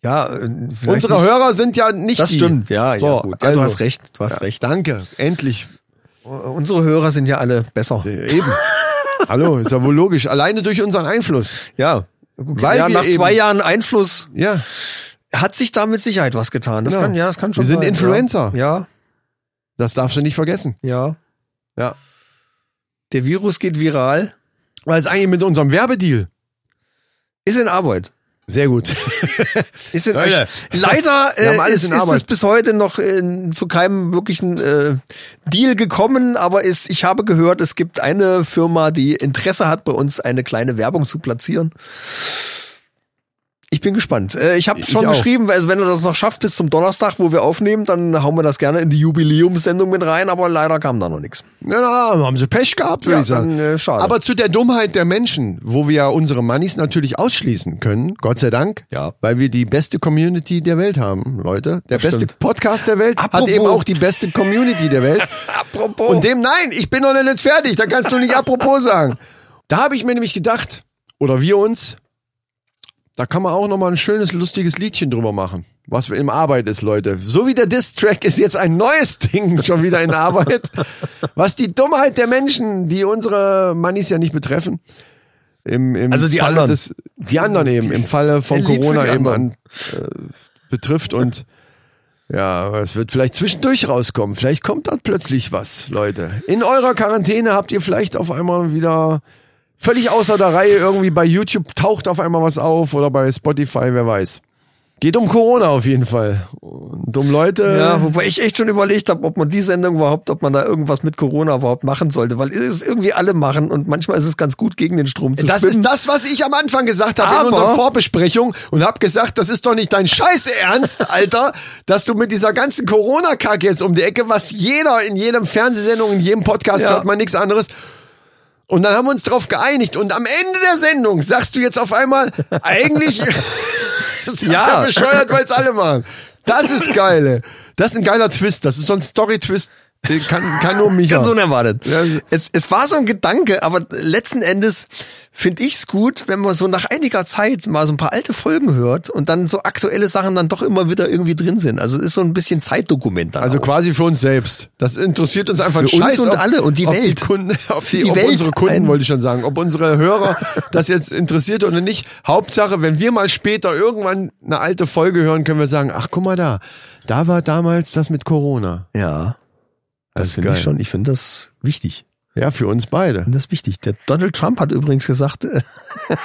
Ja, äh, vielleicht
Unsere
nicht.
Hörer sind ja nicht
Das
die.
stimmt, ja,
So,
ja, gut. Ja,
also.
du hast recht, du hast recht.
Danke, endlich.
Unsere Hörer sind ja alle besser.
Äh,
*laughs*
Eben. Hallo, ist ja wohl logisch. Alleine durch unseren Einfluss.
Ja. Okay.
Weil
ja,
wir
nach
eben-
zwei Jahren Einfluss
Ja,
hat sich da mit Sicherheit was getan. Das
Ja.
kann, ja, das kann schon
Wir sind
sein,
Influencer.
Ja.
das darfst du nicht vergessen.
ja, ja.
Ja.
Der Virus geht viral.
Weil es eigentlich mit unserem Werbedeal.
Ist in Arbeit.
Sehr *laughs* gut.
Ist in
Leute.
Leider
*laughs* Wir haben
äh,
alles
ist,
in
ist
Arbeit.
es bis heute noch äh, zu keinem wirklichen äh, Deal gekommen, aber ist, ich habe gehört, es gibt eine Firma, die Interesse hat, bei uns eine kleine Werbung zu platzieren. Ich bin gespannt. Äh, ich habe schon
auch.
geschrieben, also wenn er das noch schafft bis zum Donnerstag, wo wir aufnehmen, dann hauen wir das gerne in die Jubiläumssendung mit rein, aber leider kam da noch nichts.
Na, na, na, haben sie Pech gehabt, würde
Ja,
ich sagen.
dann, äh, schade.
Aber zu der Dummheit der Menschen, wo wir ja unsere Mannis natürlich ausschließen können, Gott sei Dank,
Ja.
weil wir die beste Community der Welt haben, Leute. Der beste
stimmt.
Podcast der Welt hat
Apropos.
eben auch die beste Community der
*laughs*
Welt.
Apropos.
Und dem, nein, ich bin noch nicht fertig, da kannst du nicht apropos sagen. Da habe ich mir nämlich gedacht, oder wir uns, da kann man auch nochmal ein schönes, lustiges Liedchen drüber machen. Was im Arbeit ist, Leute. So wie der Diss-Track ist jetzt ein neues *laughs* Ding schon wieder in Arbeit. Was die Dummheit der Menschen, die unsere Mannis ja nicht betreffen, im, im
Also die
Falle
anderen.
Des, die anderen eben, im Falle von
Ein Lied für
Corona
die
eben
anderen.
an, äh, betrifft und Ja, aber es wird vielleicht zwischendurch rauskommen. Vielleicht kommt da plötzlich was, Leute. In eurer Quarantäne habt ihr vielleicht auf einmal wieder völlig außer der Reihe irgendwie bei YouTube taucht auf einmal was auf oder bei Spotify, wer weiß. Geht um Corona auf jeden Fall. Und um Leute.
Ja, wobei ich echt schon überlegt habe, ob man die Sendung überhaupt, ob man da irgendwas mit Corona überhaupt machen sollte, weil es irgendwie alle machen und manchmal ist es ganz gut, gegen den Strom um zu
Das
schwimmen.
ist das, was ich am Anfang gesagt habe in
Aber-
unserer Vorbesprechung und habe gesagt, das ist doch nicht dein Scheiße
*laughs*
Ernst, Alter, dass du mit dieser ganzen Corona-Kacke jetzt um die Ecke, was jeder in jedem Fernsehsendung, in jedem Podcast
Ja.
hört man nichts anderes. Und dann haben wir uns darauf geeinigt und am Ende der Sendung sagst du jetzt
*laughs*
auf einmal, eigentlich ist das ja,
Ja.
bescheuert, weil es alle machen. Das ist geil. ey. Das ist ein geiler Twist. Das ist so ein Story-Twist. Den Kann, kann nur mich.
Ganz unerwartet.
Ja.
Es, es war so ein Gedanke, aber letzten Endes finde ich es gut, wenn man so nach einiger Zeit mal so ein paar alte Folgen hört und dann so aktuelle Sachen dann doch immer wieder irgendwie drin sind. Also es ist so ein bisschen Zeitdokument dann
Also
auch.
quasi für uns selbst. Das interessiert uns einfach
Für
einen Scheiß,
uns und
ob-
alle und die
ob
Welt.
Die Kunden, *laughs* ob die,
die
ob
Welt
unsere Kunden,
ein-
wollte ich schon sagen. Ob unsere Hörer das jetzt interessiert oder nicht. Hauptsache, wenn wir mal später irgendwann eine alte Folge hören, können wir sagen, ach guck mal da, da war damals das mit Corona.
Ja. Das,
ist
finde ich
geil.
schon, ich finde das wichtig.
Ja, für uns beide.
Ich finde das wichtig. Der Donald Trump hat übrigens gesagt, äh,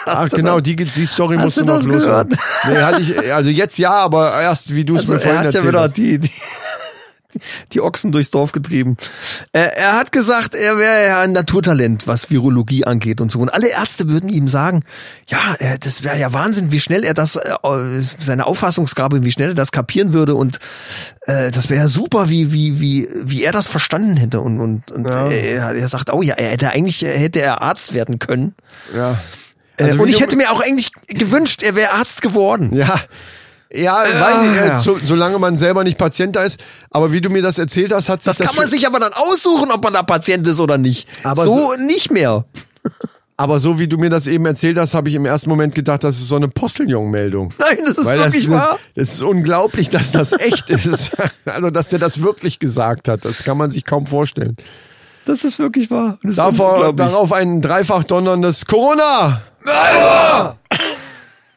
Ach
du
genau,
das-
die, die Story
Hast
musst du
du
noch
das
loswerden. Nee, hatte ich, also jetzt ja, aber erst wie du es
also
mir vorhin
er hat ja
erzählt
wieder
hast.
die, die, die Ochsen durchs Dorf getrieben. Er, er hat gesagt, er wäre ja ein Naturtalent, was Virologie angeht und so. Und alle Ärzte würden ihm sagen, ja, äh, das wäre ja Wahnsinn, wie schnell er das, äh, seine Auffassungsgabe, wie schnell er das kapieren würde. Und äh, das wäre ja super, wie, wie, wie, wie er das verstanden hätte. Und, und, und äh, er, er sagt, oh ja, er hätte eigentlich, hätte er Arzt werden können.
Ja.
Äh,
Also
und
wie
ich
du-
hätte mir auch eigentlich gewünscht, er wäre Arzt geworden.
Ja.
Ah.
Ja, weiß ich,
ja.
So, solange man selber nicht Patient da ist. Aber wie du mir das erzählt hast, hat sich
Das,
das
kann man
für-
sich aber dann aussuchen, ob man da Patient ist oder nicht.
Aber
so, nicht mehr. *laughs*
Aber so wie du mir das eben erzählt hast, habe ich im ersten Moment gedacht, das ist so eine Posteljong-Meldung.
Nein, *laughs* das ist wirklich
das,
wahr.
Das ist unglaublich, dass das echt *laughs* ist. Also, dass der das wirklich gesagt hat, das kann man sich kaum vorstellen.
Das ist wirklich wahr. Das ist
Davor,
unglaublich.
darauf ein dreifach donnerndes Corona!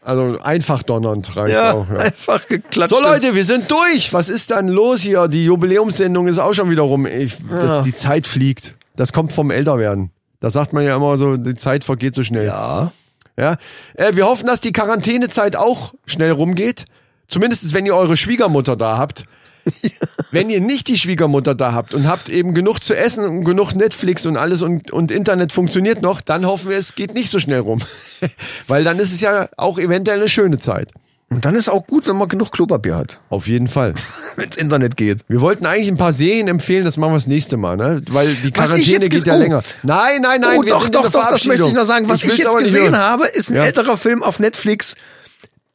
Also einfach donnernd reicht
ja,
auch.
*laughs*
Ja.
einfach geklatscht.
So Leute, wir sind durch. Was ist dann los hier? Die Jubiläumssendung ist auch schon wieder rum. Ich, das, die Zeit fliegt. Das kommt vom Älterwerden. Da sagt man ja immer so, die Zeit vergeht so schnell.
Ja.
Ja. Äh, wir hoffen, dass die Quarantänezeit auch schnell rumgeht. Zumindest wenn ihr eure Schwiegermutter
*laughs*
da habt. Wenn ihr nicht die Schwiegermutter da habt und habt eben genug zu essen und genug Netflix und alles und, und Internet funktioniert noch, dann hoffen wir, es geht nicht so schnell rum. *laughs* Weil dann ist es ja auch eventuell eine schöne Zeit.
Und dann ist auch gut, wenn man genug Klopapier hat, *laughs*
Auf jeden Fall.
wenn's Internet geht.
Wir wollten eigentlich ein paar Serien empfehlen, das machen wir das nächste Mal, ne? Weil die
Was ich
Quarantäne
jetzt
geht
ges-
ja
oh.
länger. Nein, nein, nein.
oh,
wir
doch,
sind in
doch,
der
doch, das möchte ich noch sagen. Was ich,
will's
jetzt
aber nicht
gesehen
hören.
habe, ist ein
Ja.
älterer Film auf Netflix.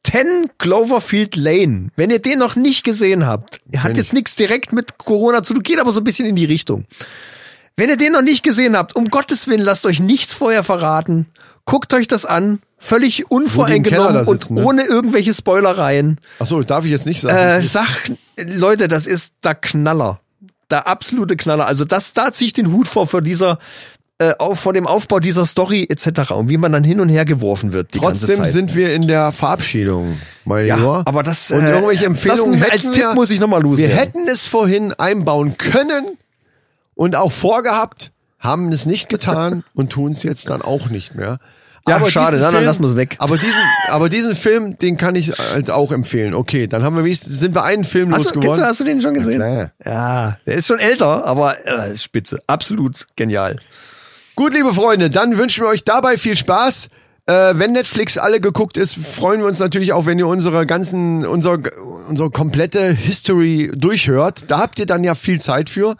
10 Cloverfield Lane. Wenn ihr den noch nicht gesehen habt, hat jetzt nichts direkt mit Corona zu tun, geht aber so ein bisschen in die Richtung. Wenn ihr den noch nicht gesehen habt, um Gottes Willen, lasst euch nichts vorher verraten. Guckt euch das an, völlig
Keller da
unvoreingenommen
sitzen,
und
ne?
ohne irgendwelche Spoilereien.
Ach so, darf ich jetzt nicht
Äh,
sagen.
sag, Leute, das ist der Knaller. Der absolute Knaller. Also das, da ziehe ich den Hut vor, vor dieser, äh, auf, vor dem Aufbau dieser Story etc. Und wie man dann hin und her geworfen wird die ganze
Trotzdem
Zeit. ne?
sind wir das Verabschiedung, mein
ja,
Lieber.
aber das,
und
äh,
irgendwelche Empfehlungen
das, als
hätten
Tipp
wir,
muss ich nochmal
Wir
loswerden.
hätten es vorhin einbauen können und auch vorgehabt, haben es
*laughs*
nicht getan und tun es jetzt dann auch nicht mehr.
Ja,
Aber
schade,
diesen
dann- dann
Film-
lassen wir's weg.
Aber diesen, aber diesen Film, den kann ich halt auch empfehlen. Okay, dann haben wir wenigstens, sind wir einen Film
hast, du, kennst
losgeworden.
du, hast du den schon gesehen?
klar.
ja, der ist schon älter, aber äh, spitze. Absolut genial.
Gut, liebe Freunde, dann wünschen wir euch dabei viel Spaß. Äh, wenn Netflix alle geguckt ist, freuen wir uns natürlich auch, wenn ihr unsere ganzen, unser, unsere komplette History durchhört. Da habt ihr dann ja viel Zeit für.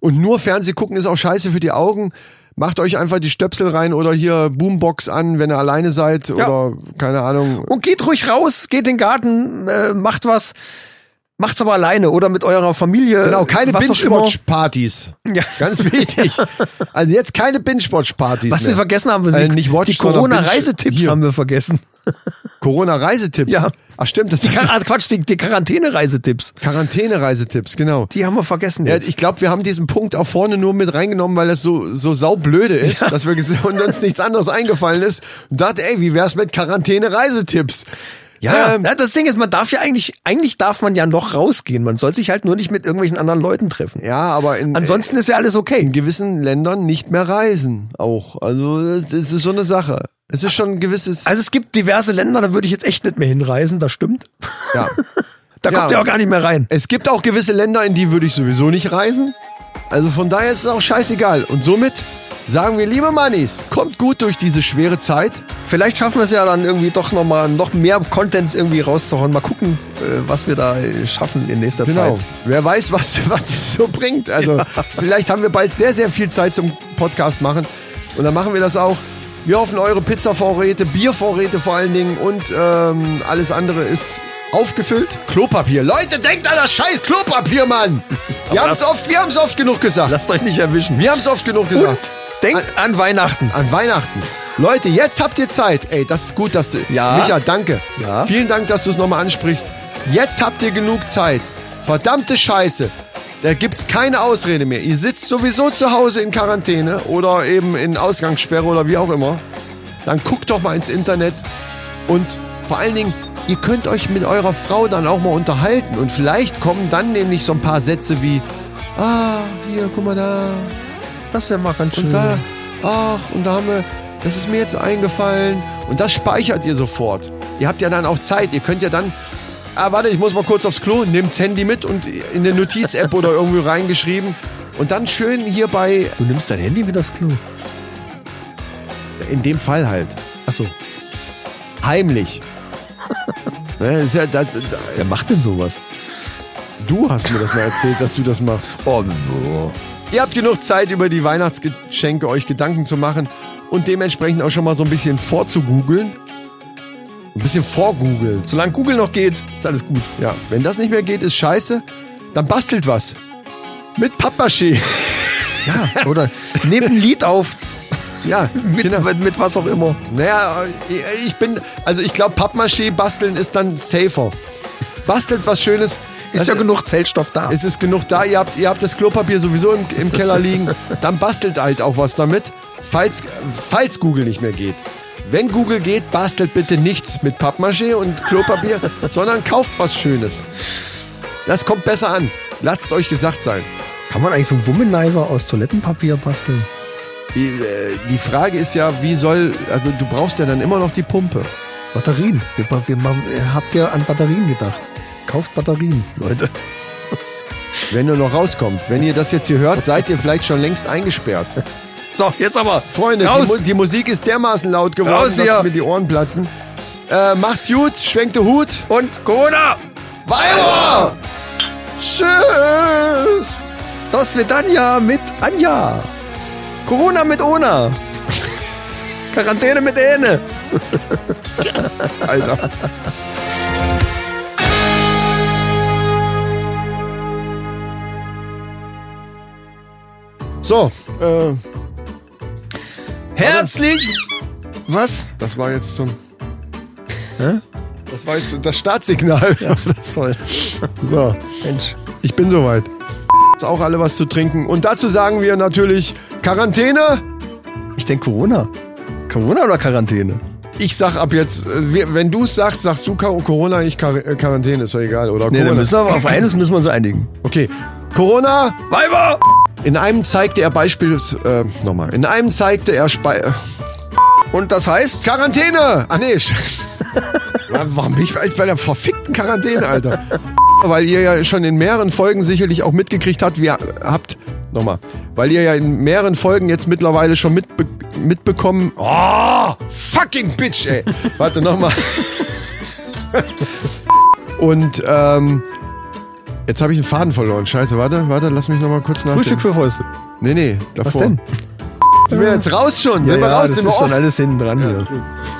Und nur Fernseh gucken ist auch scheiße für die Augen. Macht euch einfach die Stöpsel rein oder hier Boombox an, wenn ihr alleine seid oder keine Ahnung.
Und geht ruhig raus, geht in den Garten, äh, macht was. Macht's aber alleine oder mit eurer Familie.
Genau, keine
was auch immer.
Binge-Watch-Partys.
Ja.
Ganz
*laughs*
wichtig. Also jetzt keine Binge-Watch-Partys
Was wir
mehr.
vergessen haben, wir
Äh,
sind
nicht Watch,
die
sondern Binge-
Corona-Reisetipps
hier.
haben wir vergessen.
Corona-Reisetipps.
Ja.
Ach stimmt, das
*laughs* Die Quar- ah, Quatsch, die, die Quarantäne-Reisetipps.
Quarantäne-Reisetipps, genau.
Die haben wir vergessen
Ja,
jetzt.
ich glaube, wir haben diesen Punkt auch vorne nur mit reingenommen, weil das so, so saublöde ist, dass wir ges- und uns nichts anderes eingefallen ist. Und dachte, ey, wie wär's mit Quarantäne-Reisetipps?
Ja,
Ähm,
na, das Ding ist, man darf ja eigentlich, eigentlich darf man ja noch rausgehen. Man soll sich halt nur nicht mit irgendwelchen anderen Leuten treffen.
Ja, aber in,
Ansonsten ist ja alles okay.
in gewissen Ländern nicht mehr reisen. Auch. Also, das, das ist so eine Sache. Es ist schon ein gewisses.
Also es gibt diverse Länder, da würde ich jetzt echt nicht mehr hinreisen, das stimmt.
Ja.
Da kommt
Ja.
ja Äh, auch gar nicht mehr rein.
Es gibt auch gewisse Länder, in die würde ich sowieso nicht reisen. Also von daher ist es auch scheißegal. Und somit sagen wir, liebe Mannis, kommt gut durch diese schwere Zeit.
Vielleicht schaffen wir es ja dann irgendwie doch noch mal noch mehr Content irgendwie rauszuhauen. Mal gucken, äh, was wir da äh, schaffen in nächster Zeit.
Wer weiß, was, was das so bringt. Also vielleicht haben wir bald sehr, sehr viel Zeit zum Podcast machen. Und dann machen wir das auch. Wir hoffen, eure Pizzavorräte, Biervorräte vor allen Dingen und ähm, alles andere ist aufgefüllt. Klopapier. Leute, denkt an das scheiß Klopapier, Mann! Wir haben es oft, wir haben's oft genug gesagt.
Lasst euch nicht erwischen.
wir haben es oft genug
Und
gesagt.
denkt an Weihnachten.
An Weihnachten. Leute, jetzt habt ihr Zeit. Ey, das ist gut, dass du.
Ja.
Micha, danke.
Ja.
Vielen Dank, dass du es nochmal ansprichst. Jetzt habt ihr genug Zeit. Verdammte Scheiße. Da gibt's keine Ausrede mehr. Ihr sitzt sowieso zu Hause in Quarantäne oder eben in Ausgangssperre oder wie auch immer. Dann guckt doch mal ins Internet und vor allen Dingen, ihr könnt euch mit eurer Frau dann auch mal unterhalten und vielleicht kommen dann nämlich so ein paar Sätze wie, ah, hier, guck mal da,
Das wäre mal ganz schön.
und da, ach, und da haben wir, das ist mir jetzt eingefallen. Und das speichert ihr sofort. Ihr habt ja dann auch Zeit. Ihr könnt ja dann, ah, warte, ich muss mal kurz aufs Klo, nehmt's Handy mit und in eine Notiz-App oder irgendwie reingeschrieben. Und dann schön hier bei,
Du nimmst dein Handy mit aufs Klo.
in dem Fall halt,
Ach so. *laughs*
heimlich. Ne, ist ja, das, das,
Wer macht denn sowas?
du hast mir das mal erzählt, dass du das machst.
Oh, boah.
Ihr habt genug Zeit, über die Weihnachtsgeschenke euch Gedanken zu machen und dementsprechend auch schon mal so ein bisschen vorzugoogeln. Ein bisschen vorgoogeln.
Solange Google noch geht, ist alles gut.
Ja, wenn das nicht mehr geht, ist scheiße. Dann bastelt was. Mit Pappmaché. *laughs*
Ja. Ah, Oder nehmt ein Lied auf.
Ja,
Mit, mit was auch immer.
Naja, ich- ich bin, also ich glaube, Pappmaché basteln ist dann safer. Bastelt was Schönes.
Ist
Das-
ja genug Zellstoff da.
Es ist genug da. Ihr habt, ihr habt das Klopapier sowieso im, im Keller liegen. Dann bastelt halt auch was damit. Falls, falls Google nicht mehr geht. Wenn Google geht, bastelt bitte nichts mit Pappmaché und Klopapier, sondern kauft was Schönes. Das kommt besser an. Lasst es euch gesagt sein.
Kann man eigentlich so einen Womanizer aus Toilettenpapier basteln?
Die, äh, die Frage ist ja, wie soll, also du brauchst ja dann immer noch die Pumpe.
Batterien. Wir, wir machen, habt ihr an Batterien gedacht? Kauft Batterien, Leute.
Wenn ihr noch rauskommt, wenn ihr das jetzt hier hört, seid ihr vielleicht schon längst eingesperrt.
So, jetzt aber.
Freunde, die,
raus.
Mu die Musik ist dermaßen laut geworden,
Raus hier.
dass mir die Ohren platzen. Äh, macht's gut, schwenkt den Hut.
Und Corona.
Weiber! Tschüss!
Das wird Anja mit Anja. Corona mit Ona. *laughs* Quarantäne mit Ene.
Alter. So, äh,
Herzlich. Was?
Das war jetzt zum. Das war jetzt das Startsignal.
Toll.
*laughs* So,
Mensch.
ich bin soweit. Jetzt auch alle was zu trinken. Und dazu sagen wir natürlich Quarantäne.
Ich denke Corona. Corona oder Quarantäne?
Ich sag ab jetzt, äh, wir- wenn du es sagst, sagst du Kar- Corona, ich Quar- äh, Quarantäne, ist doch egal. Oder
Nee, dann
Corona.
müssen wir aber auf eines müssen wir uns einigen.
Okay. Corona!
Weiber!
In einem zeigte er beispielsweise. Äh, nochmal. In einem zeigte er Spei. äh,
Und das heißt,
Quarantäne! Ah, nee. sch- *laughs* Warum bin ich eigentlich bei der verfickten Quarantäne, Alter? *laughs* Weil ihr ja schon in mehreren Folgen sicherlich auch mitgekriegt habt, wir habt, nochmal, weil ihr ja in mehreren Folgen jetzt mittlerweile schon mitbe mitbekommen, oh, fucking bitch, ey. Warte, nochmal. *laughs* Und, ähm, jetzt habe ich einen Faden verloren. Scheiße, warte, warte, lass mich nochmal kurz nachdenken.
Frühstück für Fäuste.
Nee, nee, davor.
Was denn?
Sind wir jetzt raus schon? Sind wir
das
raus? Sind
ist
wir off?
schon alles hinten dran hier.